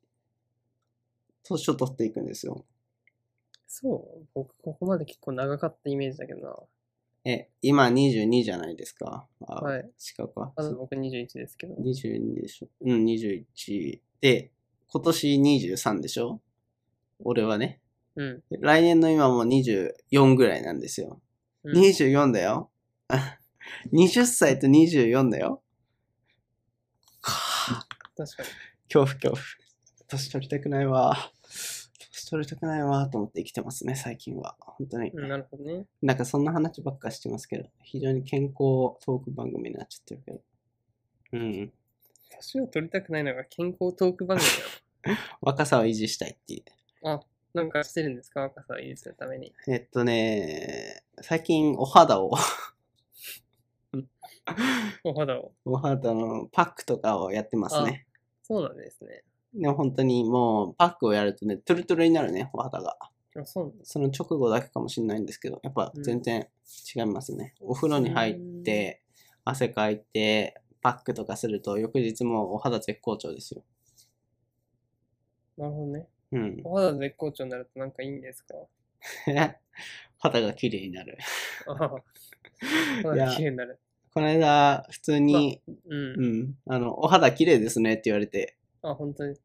Speaker 1: 年を取っていくんですよ。
Speaker 2: そう僕、ここまで結構長かったイメージだけどな。
Speaker 1: え、今22じゃないですか。あ、
Speaker 2: はい。
Speaker 1: 近くは。
Speaker 2: まず僕21ですけど。
Speaker 1: 22でしょ。うん、21。で、今年23でしょ俺はね。
Speaker 2: うん。
Speaker 1: 来年の今もう24ぐらいなんですよ。
Speaker 2: うん
Speaker 1: 24だよ。 あ20歳と24だよ。かあ
Speaker 2: 確かに。
Speaker 1: 恐怖恐怖。年取りたくないわ。年取りたくないわと思って生きてますね、最近は。本当に。
Speaker 2: うん、なるほどね。
Speaker 1: なんかそんな話ばっかしてますけど、非常に健康トーク番組になっちゃってるけど。うん。
Speaker 2: 年を取りたくないのが健康トーク番組
Speaker 1: 若さを維持したいっていう。
Speaker 2: だよ。あ、なんかしてるんですか若さを維持するために。
Speaker 1: えっとね、最近お肌を
Speaker 2: お肌を。
Speaker 1: お肌のパックとかをやってますね。
Speaker 2: そうなんですね。
Speaker 1: でも本当にもうパックをやるとね、トゥルトゥルになるね、お肌が。
Speaker 2: あそうなんです
Speaker 1: その直後だけかもしれないんですけど、やっぱ全然違いますね。お風呂に入って、汗かいて、パックとかすると、翌日もお肌絶好調ですよ。
Speaker 2: なるほどね。
Speaker 1: うん。
Speaker 2: お肌絶好調になるとなんかいいんですか
Speaker 1: 肌が綺麗になる。
Speaker 2: ああ。お
Speaker 1: いや
Speaker 2: 肌綺麗になる。
Speaker 1: この間、普通に、
Speaker 2: うん。
Speaker 1: うん、あの、お肌綺麗ですねって言われて、
Speaker 2: あ、本当に。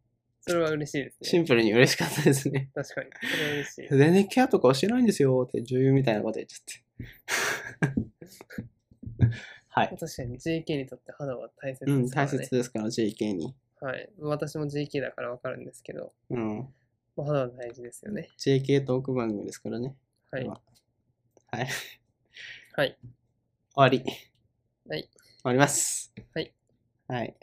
Speaker 2: それは嬉しいです
Speaker 1: シ
Speaker 2: ね。
Speaker 1: ンプルに嬉しかったですね。
Speaker 2: 確かに。それは嬉しい。
Speaker 1: 全然ケアとかはしてないんですよって女優みたいなこと言っち ゃって。はい。
Speaker 2: 確かに JK にとって肌は大切
Speaker 1: う
Speaker 2: で
Speaker 1: ん、
Speaker 2: すから
Speaker 1: 大
Speaker 2: ね。
Speaker 1: 切ですから、JK に。
Speaker 2: はい。私も JK だからわかるんですけど、
Speaker 1: うん。
Speaker 2: お肌は大事ですよね。
Speaker 1: JK トーク番組ですからね。
Speaker 2: はい。
Speaker 1: まあはい。
Speaker 2: はい。
Speaker 1: 終わり。
Speaker 2: はい
Speaker 1: 終わります。
Speaker 2: はい。
Speaker 1: はい。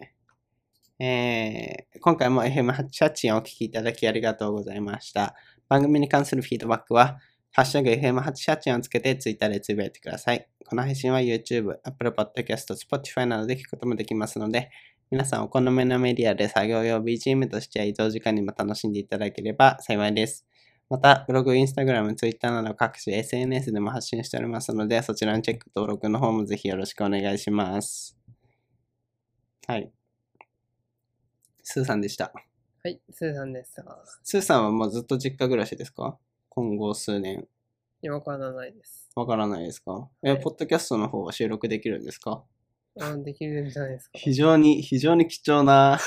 Speaker 1: えー、今回も FM884 をお聞きいただきありがとうございました。番組に関するフィードバックは、ハッシュタグ FM884 をつけてツイッターでつぶやいてください。この配信は YouTube、Apple Podcast、Spotify などで聞くこともできますので、皆さんお好みのメディアで作業用 BGM としては移動時間にも楽しんでいただければ幸いです。また、ブログ、インスタグラム、ツイッターなど各種 SNS でも発信しておりますので、そちらのチェック登録の方もぜひよろしくお願いします。はい。スーさんでした。
Speaker 2: はい。スーさんでした。
Speaker 1: スーさんはもうずっと実家暮らしですか今後数年。
Speaker 2: 今からないです。
Speaker 1: わからないですかえ、
Speaker 2: はい
Speaker 1: ポッドキャストの方は収録できるんですか
Speaker 2: あできるんじゃないですか。
Speaker 1: 非常に、非常に貴重 な、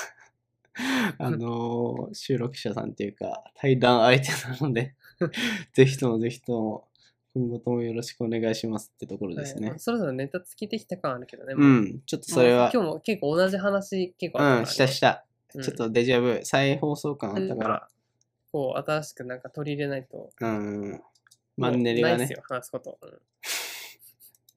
Speaker 1: あのー収録者さんというか、対談相手なの で、ぜひともぜひとも、今後ともよろしくお願いしますってところですね
Speaker 2: はい。そろそろネタつきてきた感あるけどね。も
Speaker 1: う、
Speaker 2: うん
Speaker 1: ちょっとそれは、
Speaker 2: 今日も結構同じ話結構あったから
Speaker 1: うん、したした。
Speaker 2: うん
Speaker 1: ちょっとデジャブ、再放送感あった
Speaker 2: だ
Speaker 1: か、
Speaker 2: からら、こう、新しくなんか取り入れないと、
Speaker 1: うん、マンネリが
Speaker 2: もうない
Speaker 1: ね
Speaker 2: です。よ、話すこと。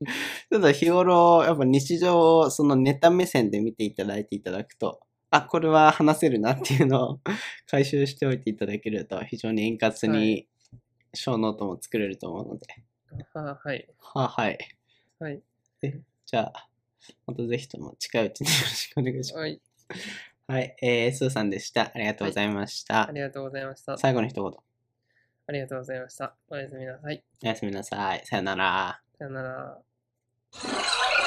Speaker 2: うん
Speaker 1: ただ日頃、やっぱ日常をそのネタ目線で見ていただいていただくと、あ、これは話せるなっていうのを 回収しておいていただけると、非常に円滑
Speaker 2: は
Speaker 1: に小ノートも作れると思うので。
Speaker 2: ははい。
Speaker 1: ははい。
Speaker 2: はい。
Speaker 1: じゃあ、またぜひとも近いうちによろしくお願いしま
Speaker 2: はい。
Speaker 1: す。はい。えー、スーさんでした。ありがとうございました。
Speaker 2: ありがとうございました。
Speaker 1: 最後の一言。
Speaker 2: ありがとうございました。おやすみなさい。
Speaker 1: おやすみなさい。さよなら。
Speaker 2: さよなら。